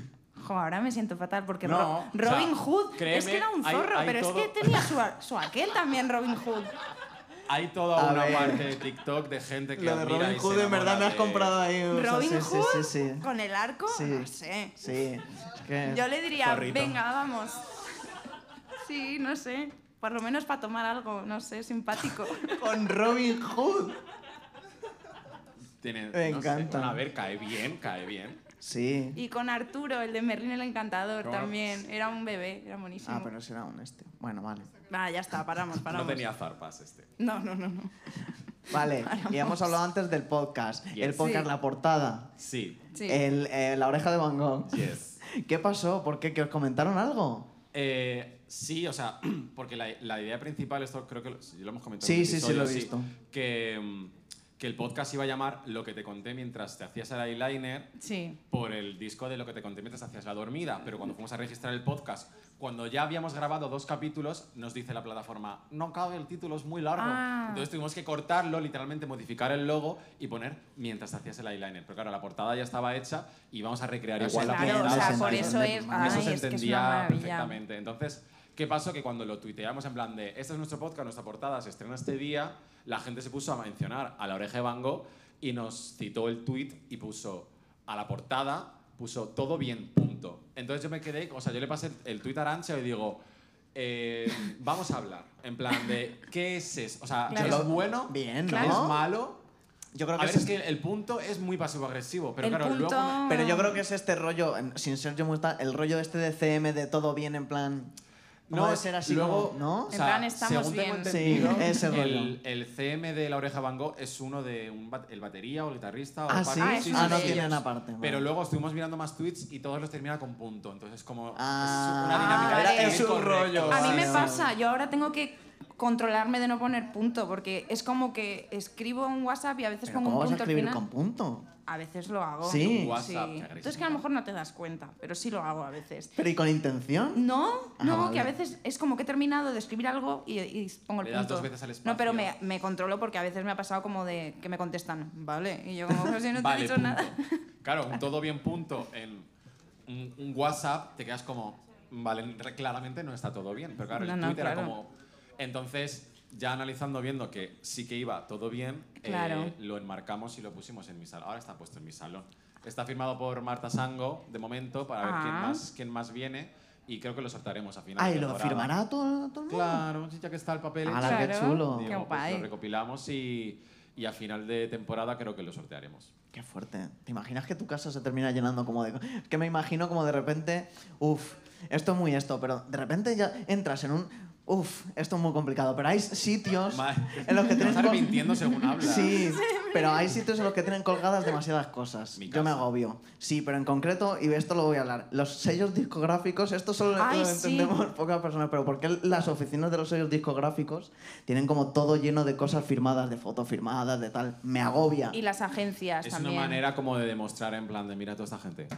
Jo, ahora me siento fatal porque No, Ro- o sea, Robin Hood créeme, es que era un hay- zorro, hay pero todo- es que tenía su, a- su aquel también Robin Hood. Hay toda A una ver. parte de TikTok de gente que. Lo de admira Robin y Hood se en verdad enamora me has de- comprado ahí. o sea, Robin sí, Hood Sí, sí, sí. con el arco, Sí. no sé. Sí, es que- Yo le diría, Zorrito. venga, vamos. Sí, no sé. Por lo menos para tomar algo, no sé, simpático. (laughs) (laughs) Con Robin Hood. Me Tiene, no sé, encanta. bueno, a ver, cae bien, cae bien. Sí. Y con Arturo, el de Merlín el Encantador, Pero bueno, también. Era un bebé, era buenísimo. Ah, pero será un este. Bueno, vale. Va, ya está, paramos, paramos. (laughs) No tenía zarpas este. no, no, no, no. (laughs) Vale, Paramos. y hemos hablado antes del podcast. Yes. El podcast, Sí. la portada. Sí. Sí. El, eh, la oreja de Van Gogh. Yes. ¿Qué pasó? ¿Por qué? ¿Que os comentaron algo? Eh, sí, o sea, (clears throat) porque la, la idea principal, esto creo que lo, sí, lo hemos comentado. Sí, en el sí, sí, episodio, lo he visto. Que mm, que el podcast iba a llamar Lo que te conté mientras te hacías el eyeliner Sí. por el disco de Lo que te conté mientras te hacías la dormida. Pero cuando fuimos a registrar el podcast, cuando ya habíamos grabado dos capítulos, nos dice la plataforma, no cabe, el título es muy largo. Ah. Entonces tuvimos que cortarlo, literalmente modificar el logo y poner mientras te hacías el eyeliner. Pero claro, la portada ya estaba hecha y vamos a recrear Pero igual la Ah, claro, o portada. sea, sin por nada. eso es- ay, eso es se que es una entendía maravilla. perfectamente. Entonces, ¿qué pasó? Que cuando lo tuiteamos en plan de, este es nuestro podcast, nuestra portada, se estrena este día, la gente se puso a mencionar a la oreja de Van Gogh y nos citó el tweet y puso a la portada, puso todo bien, punto. Entonces yo me quedé, o sea, yo le pasé el, el tweet a Arancha y digo... eh, vamos a hablar en plan de qué es eso, o sea, Claro. ¿es bueno? Bien, Claro. ¿Es ¿no? malo? Yo creo a que ver, es- este- es que el punto es muy pasivo agresivo, pero el claro, punto... luego Pero yo creo que es este rollo, en- sin ser yo muy tal, el rollo este de CM de todo bien en plan. No, No, de ser así, luego, como- ¿no? o En sea, plan, estamos según tengo bien. entendido, Sí, ese rollo. el, el CM de la oreja Van Gogh es uno de un bat- el batería o el guitarrista o Ah, el sí, bajo. Ah, es uno ah, no de tienen ellos. aparte. vale. Pero luego estuvimos mirando más tweets y todos los terminan con punto. Entonces, como Ah. es una dinámica. Ah, de vale. escribir Es un correcto. rollo, A mí Sí, me sí. pasa, yo ahora tengo que controlarme de no poner punto, porque es como que escribo un WhatsApp y a veces Pero pongo ¿Cómo un vas a punto al escribir final. con punto? A veces lo hago. Sí. Un WhatsApp, qué Entonces que a lo mejor no te das cuenta, pero sí lo hago a veces. ¿Pero y con intención? No, Ah, no, vale. que a veces es como que he terminado de escribir algo y, y pongo el Le das punto. dos veces al No, pero me, espacio. me controlo porque a veces me ha pasado como de que me contestan, vale, y yo como pues, si no te Vale, he dicho (laughs) punto. nada. Claro, un todo bien punto en un, un WhatsApp, te quedas como, vale, re- claramente no está todo bien, pero claro, el No, no, Twitter era claro. como... Entonces, ya analizando, viendo que sí que iba todo bien, eh, Claro. lo enmarcamos y lo pusimos en mi salón. Ahora está puesto en mi salón. Está firmado por Marta Sango, de momento, para ver quién Ah. más, quién más viene y creo que lo sortaremos a final Ah, de ¿y lo temporada. firmará todo, todo el mundo? Claro, ya que está el papel Ala, hecho, qué Claro. chulo. Qué digo, pues, guay. lo recopilamos y, y a final de temporada creo que lo sortearemos. Qué fuerte. ¿Te imaginas que tu casa se termina llenando como de... Es que me imagino como de repente, uff, esto es muy esto, pero de repente ya entras en un... Uff, esto es muy complicado, pero hay (laughs) sitios Ma- en los que Te tienes... vas col- arrepintiendo según hablas. Sí, pero hay sitios en los que tienen colgadas demasiadas cosas. Mi Yo me casa. agobio. Sí, pero en concreto, y de esto lo voy a hablar, los sellos discográficos, esto solo Ay, lo sí. entendemos pocas personas, pero ¿por qué las oficinas de los sellos discográficos tienen como todo lleno de cosas firmadas, de fotos firmadas, de tal? Me agobia. Y las agencias Es también. una manera como de demostrar en plan de mira a toda esta gente.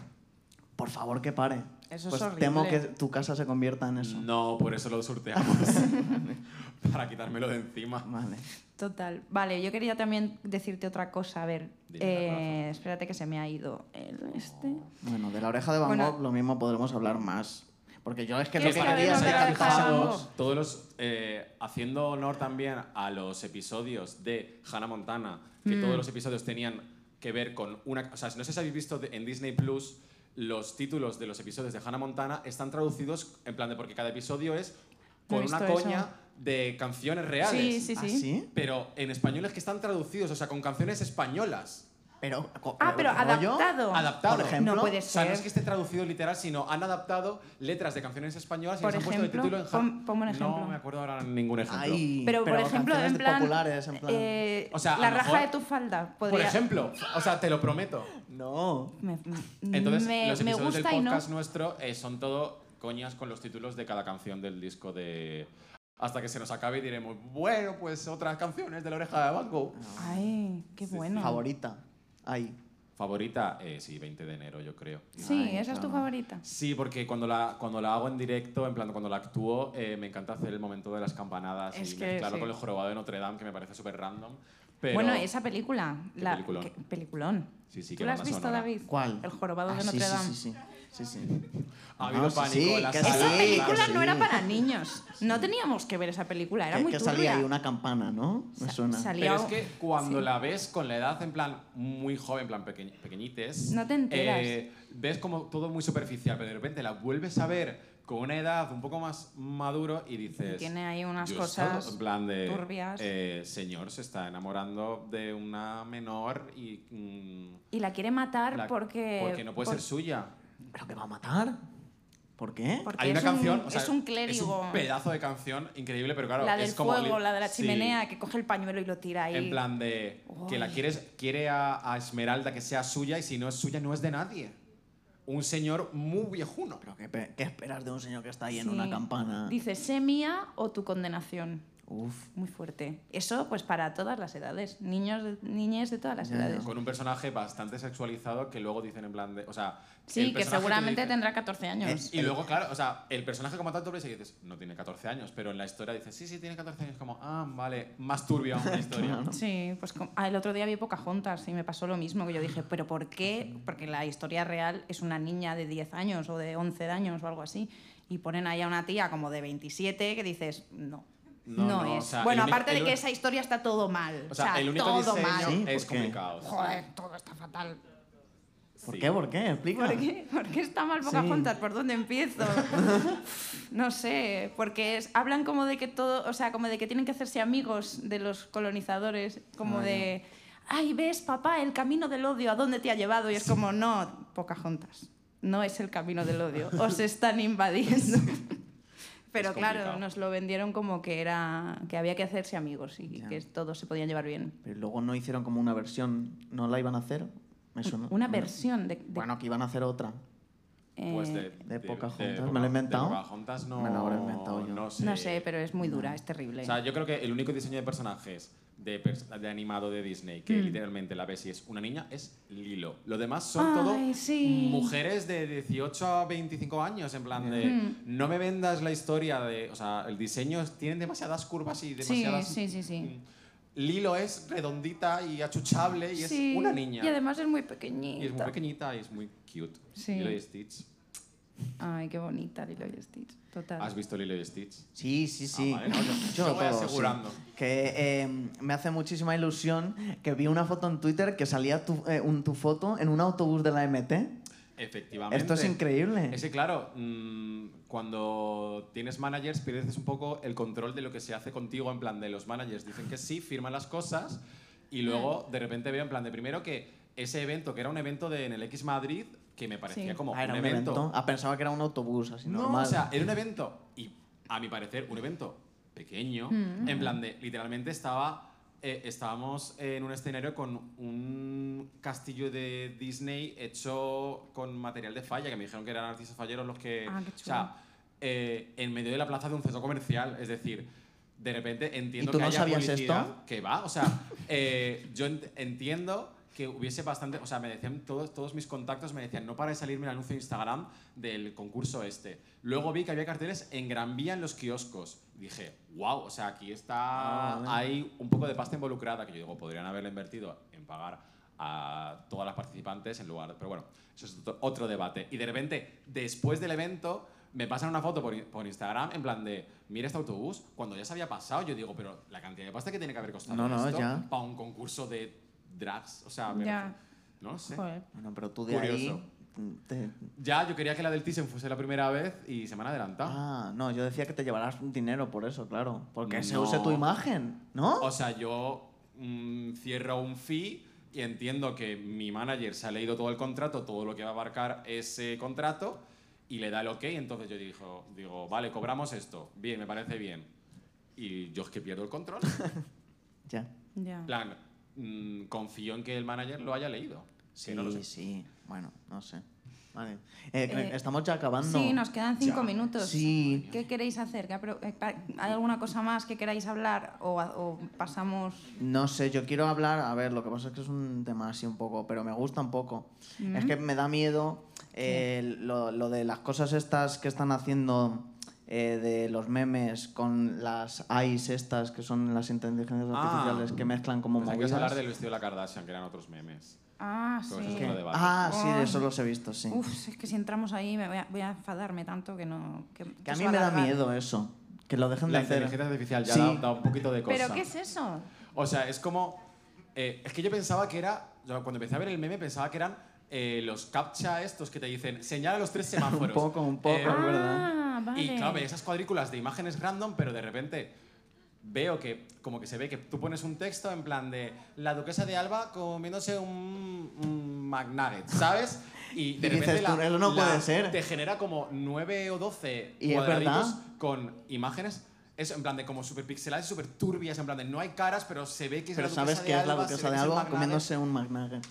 Por favor, que pare. Eso es pues horrible. temo que tu casa se convierta en eso. No, por eso (laughs) lo surteamos. (laughs) Para quitármelo de encima. Vale. Total. Vale, yo quería también decirte otra cosa. A ver, Dime, Oh. Rafa. eh, espérate que se me ha ido el este. Bueno, de la oreja de Van Bueno. Gogh lo mismo podremos hablar más. Porque yo es que lo ¿Quieres que que quería hablemos es de la que oreja de Van pasáramos- Gogh? Todos los. eh, haciendo honor también a los episodios de Hannah Montana, que Mm. todos los episodios tenían que ver con una. O sea, no sé si habéis visto de- en Disney Plus. Los títulos de los episodios de Hannah Montana están traducidos en plan de porque cada episodio es No he con una visto eso. coña de canciones reales. Sí, sí, ¿Ah, sí. sí? Pero en español es que están traducidos, o sea, con canciones españolas. Pero, co- Ah, pero rollo- adaptado. Adaptado. Por ejemplo, no puede O sea, ser. no es que esté traducido literal, sino han adaptado letras de canciones españolas y Por les han puesto de ejemplo, título en pon- ponme un No ejemplo. me acuerdo ahora ningún ejemplo. Ay, Pero, por ejemplo, canciones en plan. populares, en plan. eh, O sea, a la lo raja mejor- de tu falda. Por podría- ejemplo, o sea, te lo prometo. No. Me, me- Entonces, me- los me episodios gusta y del no. podcast nuestro eh, son todo coñas con los títulos de cada canción del disco de... Hasta que se nos acabe y diremos, bueno, pues otras canciones de la oreja de banco. Ay, qué bueno. Favorita. Ahí. Favorita, eh, sí, 20 de enero, yo creo. Sí, Ay, esa es tu claro. favorita. Sí, porque cuando la, cuando la hago en directo, en plan cuando la actúo, eh, me encanta hacer el momento de las campanadas Es y que mezclarlo sí. con el jorobado de Notre Dame, que me parece súper random. Pero Bueno, esa película. Qué la- peliculón. qué peliculón. Sí, sí, ¿Tú qué la has banda visto, sonora. David? ¿Cuál? El jorobado de Ah, sí, Notre sí, Dame. Sí, sí, sí. sí. ha habido No, Ah, sí, pánico sí, en la que sala, sí, Esa claro, película sí. no era para niños. No teníamos que ver esa película, era que muy que turbia. salía ahí una campana, ¿no? Me Sa- suena. salía- Pero es liado. que cuando la ves con la edad, en plan muy joven, en plan peque- pequeñites, No te enteras. eh, ves como todo muy superficial, pero de repente la vuelves a ver con una edad un poco más maduro y dices... Tiene ahí unas "Yo he cosas estado en plan de, turbias". eh, señor, se está enamorando de una menor y... mm, Y la quiere matar la- porque. porque no puede por- ser suya. ¿Pero que va a matar? ¿Por qué? Porque Hay una es un- canción, o sea, es un es clérigo. un pedazo de canción increíble, pero claro, la del es como li- fuego, la de la sí. chimenea, que coge el pañuelo y lo tira ahí. En plan de que la Uy. quieres, quiere a, a Esmeralda que sea suya y si no es suya no es de nadie. Un señor muy viejuno. ¿Pero qué, pe- qué esperas de un señor que está ahí en Sí. una campana? Dice, sé mía o tu condenación. Uf. Muy fuerte. Eso, pues, para todas las edades. Niños, de- niñes de todas las Ya, ya. edades. Con un personaje bastante sexualizado que luego dicen en plan de. O sea, el Sí, que personaje seguramente dicen- tendrá 14 Eh, años. Eh, Y luego, claro, o sea, el personaje como tal, tú ves y dices, no tiene 14 años, pero en la historia dices, sí, sí, tiene 14 años, como, ah, vale, más turbia aún la historia. Claro. Sí, pues com- ah, el otro día vi Pocahontas y me pasó lo mismo, que yo dije, pero ¿por qué? Porque la historia real es una niña de 10 años o de 11 años o algo así, y ponen ahí a una tía como de 27 que dices, no. No, No, no, es. o sea, bueno, el único- aparte el de que uni- esa historia está todo mal. O sea, el único todo diseño mal. Sí, es ¿por qué? complicado. Joder, todo está fatal. ¿Por Sí. qué? ¿Por qué? Explica. (laughs) ¿Por qué? ¿Por qué está mal Pocahontas? ¿Por dónde empiezo? No sé, porque es- hablan como de que todo, o sea, como de que tienen que hacerse amigos de los colonizadores, como Ah, de, ay, ves, papá, el camino del odio, ¿a dónde te ha llevado? Y es como, no, Pocahontas, no es el camino del odio, os están invadiendo. Pero Es claro, complicado. nos lo vendieron como que era que había que hacerse amigos y Ya. que todos se podían llevar bien. Pero luego no hicieron como una versión, ¿no la iban a hacer? Me suena. Una versión de, de- Bueno, que iban a hacer otra. Pues de, eh, de Pocahontas, me lo he Poca- de inventado. Pocahontas no, Me lo habré inventado yo. No sé. no sé, pero es muy dura, es terrible. O sea, yo creo que el único diseño de personajes de, pers- de animado de Disney Mm. que literalmente la ves y es una niña es Lilo. Lo demás son Ay, todo sí. mujeres de 18 a 25 años, en plan de Mm. no me vendas la historia de. O sea, el diseño es- tienen demasiadas curvas y demasiadas. sí, sí, sí. Lilo es redondita y achuchable y Sí, es una niña. Y además es muy Y es muy pequeñita. pequeñita y es muy cute. Sí. Lilo y Stitch. Ay, qué bonita Lilo y Stitch. Total. ¿Has visto Lilo y Stitch? Sí, sí, sí. Ah, vale, no, yo- yo voy todo, sí. asegurando. Que eh, me hace muchísima ilusión que vi una foto en Twitter que salía tu, eh, un- tu foto en un autobús de la MT. Efectivamente. Esto es increíble. Es que, claro, mm, cuando tienes managers pierdes un poco el control de lo que se hace contigo en plan de los managers. Dicen que sí, firman las cosas y luego de repente veo en plan de primero que ese evento, que era un evento de, en el X Madrid, que me parecía Sí. como Ah, era un evento. Ah, pensaba que era un autobús, así No, normal. o sea, era un evento, y a mi parecer, un evento pequeño, Mm. en plan de, literalmente estaba, eh, estábamos en un escenario con un castillo de Disney hecho con material de falla, que me dijeron que eran artistas falleros los que... Ah, qué o sea, eh, en medio de la plaza de un centro comercial, es decir... De repente ¿Y entiendo tú que no haya sabías publicidad esto? que va, o sea, eh, yo ent- entiendo que hubiese bastante, o sea, me decían todos, todos mis contactos, me decían, no para de salirme el anuncio de Instagram del concurso este. Luego vi que había carteles en Gran Vía en los kioscos. Dije, wow, o sea, aquí está, Ah, vale. hay un poco de pasta involucrada, que yo digo, podrían haberlo invertido en pagar a todas las participantes en lugar de- Pero bueno, eso es otro- otro debate. Y de repente, después del evento, me pasan una foto por, i- por Instagram en plan de, mira este autobús, cuando ya se había pasado, yo digo, pero la cantidad de pasta que tiene que haber costado No, no, esto ya. para un concurso de drags, o sea, me Ya. refiero- no lo sé. Joder. Bueno, pero tú de Curioso. ahí... te- Ya, yo quería que la del Thyssen fuese la primera vez y se me han adelantado. Ah, no, yo decía que te llevarás dinero por eso, claro. Porque se No. use tu imagen, ¿no? O sea, yo mm, cierro un fee y entiendo que mi manager se ha leído todo el contrato, todo lo que va a abarcar ese contrato y le da el ok. Entonces yo digo, digo vale, cobramos esto. Bien, me parece bien. Y yo es que pierdo el control. Ya. Ya. En plan, mm, confío en que el manager lo haya leído. Sí, Que no lo sé. sí. Bueno, no sé. Vale. Eh, Eh, estamos ya acabando. Sí, nos quedan cinco Ya. minutos. Sí. ¿Qué queréis hacer? ¿Qué apro- eh, pa- ¿Hay alguna cosa más que queráis hablar o, a- o pasamos? No sé, yo quiero hablar, a ver, lo que pasa es que es un tema así un poco, pero me gusta un poco. Mm. Es que me da miedo eh, lo, lo de las cosas estas que están haciendo eh, de los memes con las AIs estas, que son las inteligencias Ah. artificiales que mezclan como Pensaba que ibas movidas. a hablar del vestido de la Kardashian, que eran otros memes. Ah, Todo eso sí. Pues es otro debate. Ah, sí, de Ah. eso los he visto, sí. Uf, es que si entramos ahí me voy a, voy a enfadarme tanto que no. Que, que a eso mí va me da alargar. miedo eso, que lo dejen La de hacer. inteligencia artificial ya Sí. da, da un poquito de cosa. ¿Pero qué es eso? O sea, es como. eh, es que yo pensaba que era. o sea, cuando empecé a ver el meme, pensaba que eran eh, los captcha estos que te dicen señala los tres (laughs) semáforos. Un poco, un poco, Eh, es verdad. Ah, vale. Y claro, veía esas cuadrículas de imágenes random, pero de repente veo que, como que se ve que tú pones un texto en plan de la duquesa de Alba comiéndose un, un McNugget, ¿sabes? Y de Y dices repente la- tú, eso no la- puede ser. te genera como 9 o 12 Y es cuadraditos verdad. con imágenes. Es en plan de como súper pixeladas, súper turbias, en plan de no hay caras, pero se ve que es Pero la duquesa sabes de que es la Alba, duquesa de se ve que es un algo McNugget. comiéndose un McNugget.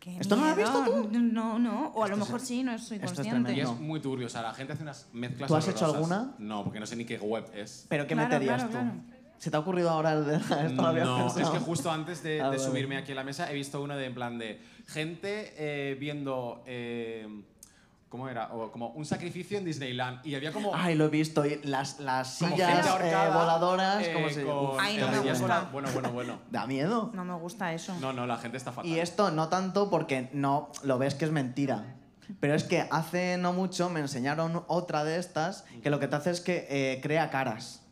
Qué ¿Esto no lo has miedo. visto tú? No, no. O a lo Esto es- mejor sí, no soy esto es consciente. Y es No. muy turbio, o sea, la gente hace unas mezclas ¿Tú has hecho horrorosas. alguna? No, porque no sé ni qué web es. ¿Pero qué Claro, meterías claro, tú? claro. ¿Se te ha ocurrido ahora el de esto? lo habías No, es pensado? que justo antes de, Ah, de vale. subirme aquí a la mesa he visto uno de en plan de gente eh, viendo. eh, ¿Cómo era? O como un sacrificio en Disneyland. Y había como. Ay, lo he visto. y las, las como sillas gente eh, ahorcada, voladoras, eh, como se con- Uf, Ay, no eh, me sillas gusta. vola- Bueno, bueno, bueno. Da miedo. No me gusta eso. No, no, la gente está fatal. Y esto no tanto porque no lo ves que es mentira. Pero es que hace no mucho me enseñaron otra de estas que lo que te hace es que eh, crea caras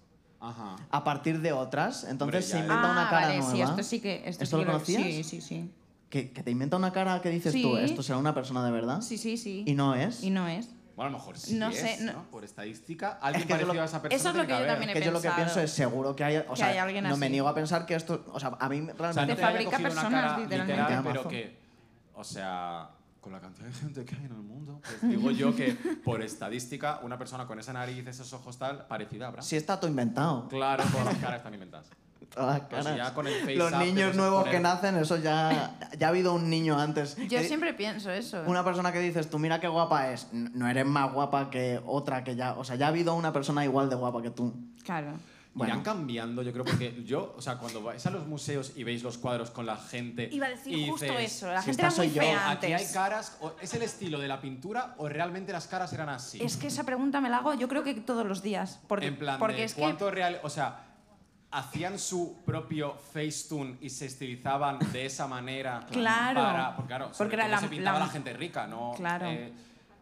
Ajá. a partir de otras. Entonces Hombre, se ya, ya. inventa una cara Ah, vale, nueva. sí, esto sí que... Esto, ¿Esto sí lo que conocías? Sí, sí, sí. que, que te inventa una cara que dices Sí. tú, esto será una persona de verdad. Sí, sí, sí. Y no es. Y no es. Bueno, a lo mejor sí. No es, sé, no- ¿no? Por estadística, alguien que yo parecido lo- a esa persona. Eso es lo tiene que yo haber. también he que yo lo que pensado. pienso es seguro que hay, o Que sea, hay alguien no me así. niego a pensar que esto, o sea, a mí O sea, realmente no Te te haya fabrica cogido una personas, cara literalmente. literal, Te pero amazo. que, o sea, con la cantidad de gente que hay en el mundo, (laughs) pues digo yo que por estadística, una persona con esa nariz, esos ojos tal, parecida habrá. si está todo inventado. Claro, todas las caras están inventadas. Todas Pero si caras. ya con el Face Los App te niños puedes nuevos poner- que nacen, eso ya ya ha habido un niño antes. Yo Que- siempre pienso eso. Eh, una persona que dices, tú mira qué guapa es, N- no eres más guapa que otra que ya, o sea, ya ha habido una persona igual de guapa que tú. Claro. Irán cambiando, yo creo, porque yo, o sea, cuando vais a los museos y veis los cuadros con la gente. Iba a decir y justo dices, "Oh, eso. La si gente esta era muy soy yo, fea Aquí hay antes. caras, o- ¿es el estilo de la pintura o realmente las caras eran así? Es que esa pregunta me la hago yo creo que todos los días. Porque, en plan, porque de es que... ¿cuánto real? O sea, hacían su propio Facetune y se estilizaban de esa manera. (laughs) Claro. para- porque claro, sobre Porque era todo la- se pintaba la- la, gente rica, ¿no? Eh, Claro.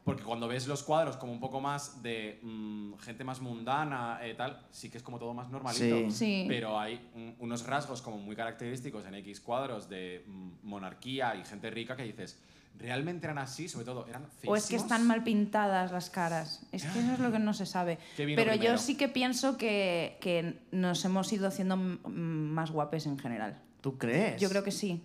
porque cuando ves los cuadros como un poco más de mm, gente más mundana, eh, tal, sí que es como todo más normalito. Sí. Sí. Pero hay un- unos rasgos como muy característicos en X cuadros de mm, monarquía y gente rica que dices, ¿realmente eran así? Sobre todo, ¿eran feísimos? O es que están mal pintadas las caras. Es que eso es lo que no se (gasps) sabe. ¿Qué vino Pero yo primero? sí que pienso que, que nos hemos ido haciendo m- m- más guapes en general. ¿Tú crees? Yo creo que sí.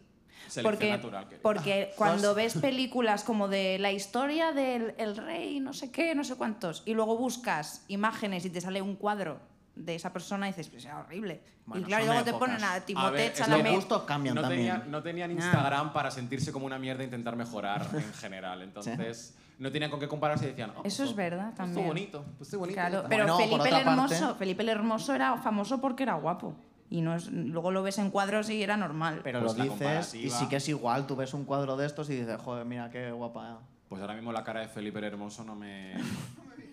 Selección Porque, natural, querido. Ah, porque cuando (laughs) Los- ves películas como de la historia del el rey, no sé qué, no sé cuántos, y luego buscas imágenes y te sale un cuadro de esa persona y dices, pues era horrible. Bueno, y claro, y son luego te épocas. ponen a A ver, Timothée es Los que Chalamet. Ah. gustos cambian no también. Tenían, no tenían Nada. Instagram para sentirse como una mierda e intentar mejorar en general. Entonces, no tenían con qué compararse y decían, "Oh, Eso es verdad Pues también. estoy bonito, pues estoy bonito. Claro, Está pero Bueno, por Felipe el otra parte- Hermoso, Felipe el Hermoso era famoso porque era guapo. Y no es, luego lo ves en cuadros y era normal. Pero Pues lo la dices y comparativa. sí que es igual, tú ves un cuadro de estos y dices, joder, mira qué guapa. bueno". Pues ahora mismo la cara de Felipe el Hermoso (laughs) no me.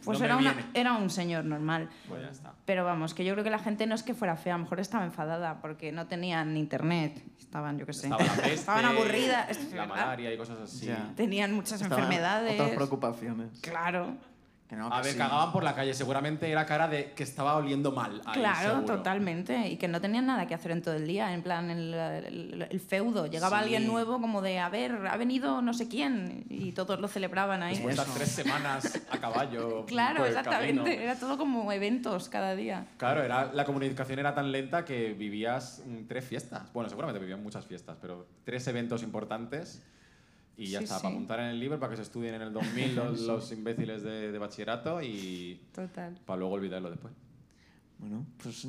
pues no era, me una- viene. era un señor normal. Pues ya está. Pero vamos, que yo creo que la gente no es que fuera fea, a lo mejor estaba enfadada porque no tenían internet, estaban, yo qué sé, (laughs) Estaba la peste, estaban aburridas, es la verdad. malaria y cosas así. Ya. tenían muchas Estaban Otras enfermedades. preocupaciones. Claro, Que no, A que ver, sí. cagaban por la calle. Seguramente era cara de que estaba oliendo mal. ahí, claro, seguro. totalmente. Y que no tenían nada que hacer en todo el día, en plan el, el- el feudo. Llegaba Sí. alguien nuevo como de, a ver, ha venido no sé quién, y todos lo celebraban ahí. (laughs) Después de Eso. Pues tres semanas a caballo. Claro, por el exactamente. camino. Era todo como eventos cada día. Claro, era, la comunicación era tan lenta que vivías mm, tres fiestas. Bueno, seguramente vivían muchas fiestas, pero tres eventos importantes y ya Sí, está, sí. para apuntar en el libro, para que se estudien en el 2000 los, los imbéciles de, de bachillerato y Total. para luego olvidarlo después. Bueno, pues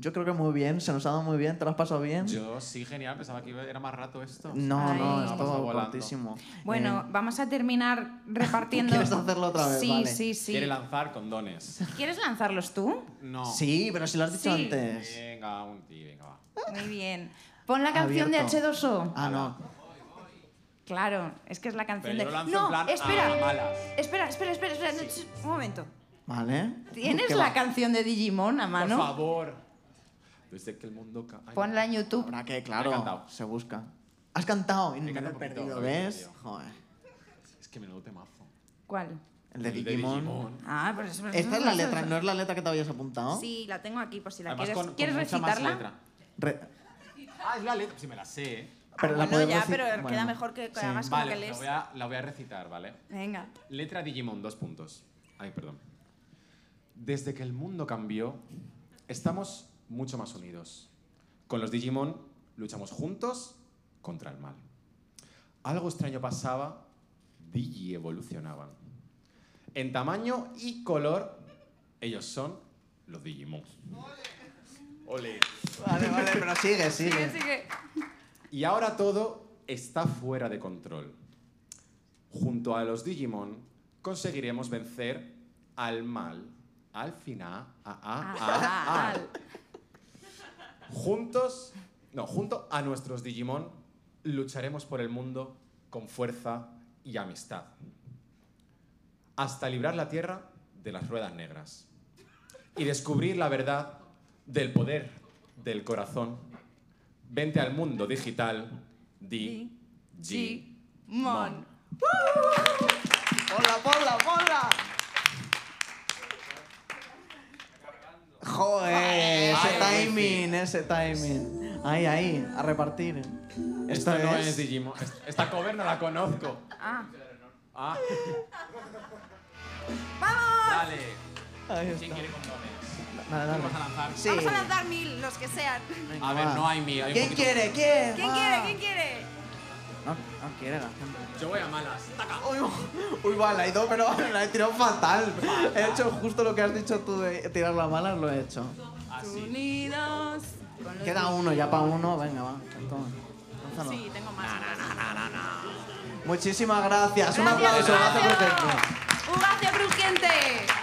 yo creo que muy bien, se nos ha dado muy bien, ¿te lo has pasado bien? Yo sí, genial, pensaba que iba- era más rato esto. No, Ay. no, Ha es pasado todo volando. cortísimo. Bueno, Eh, vamos a terminar repartiendo. (laughs) ¿Quieres hacerlo otra vez? Sí, Vale. sí, sí. Quiere lanzar condones. ¿Quieres lanzarlos tú? No. Eh, sí, pero si lo has dicho Sí. antes. Venga, un ti, venga, va. Muy bien. Pon la canción de Abierto. H2O. Ah, no. Claro, es que es la canción Pero yo de. lo lanzo no, en plan "Ah, a espera. malas. espera, espera, espera, espera. no, ch- Un momento. Vale. ¿Tienes ¿Qué la va? canción de Digimon a Por mano? favor. Desde que el mundo cae. Ponla en YouTube. Habrá que, He claro, cantado. se busca. ¿Has cantado? Y me cantado lo he un poquito, perdido, lo he ¿ves? perdido. Joder. Es que menudo temazo. ¿Cuál? El de El Digimon. Ah, pero eso- Esta es la letra, ¿no es la letra que te habías apuntado? Sí, la tengo aquí por si la Además, quieres. con- con ¿Quieres mucha más recitarla? letra. Re- Ah, es la letra. Si me la sé. ¿eh? pero Ah, la bueno, puedes ya, reci- pero bueno, queda mejor que- que sí. hagas- Vale, que la lees. voy, a, la voy a recitar, ¿vale? Venga. Letra Digimon, dos puntos. Ay, perdón. Desde que el mundo cambió, estamos mucho más unidos. Con los Digimon luchamos juntos contra el mal. Algo extraño pasaba, Digi evolucionaban. En tamaño y color, ellos son los Digimon. Ole. Vale, vale, pero (laughs) sigue, Sigue, sigue. sigue. Y ahora todo está fuera de control. Junto a los Digimon conseguiremos vencer al mal. Al final. a- a- a- Ah, al. al. Juntos, no, junto a nuestros Digimon, lucharemos por el mundo con fuerza y amistad. Hasta librar la Tierra de las ruedas negras. Y descubrir la verdad del poder del corazón. Vente al mundo digital. Di. G. Mon. ¡Hola, hola, hola! Joder, ese Ay, timing, ese timing. Ahí, ahí, a repartir. Esta no es Digimon. Esta cover no la conozco. Ah. Ah, ¡Vamos! Dale. Ahí ¿Quién está. quiere condones? Dale, dale. Vamos a lanzar. Sí. Vamos a lanzar mil, los que sean. A ver, va. no hay mil. Hay un ¿Quién poquito- quiere? ¿Quién? ¿Quién Va. quiere? ¿Quién quiere? No, no quiere la gente. yo voy a malas. Uy, uy, va, la he ido, pero la he tirado fatal. He hecho justo lo que has dicho tú de tirar la mala, lo he hecho. Ah, Unidos. con los Queda uno, ya para uno, venga, va. Toma. Lánzalo. Sí, tengo más. Muchísimas gracias. Un Gracias, aplauso, gracias, Ugacio. por Ugacio Crujiente.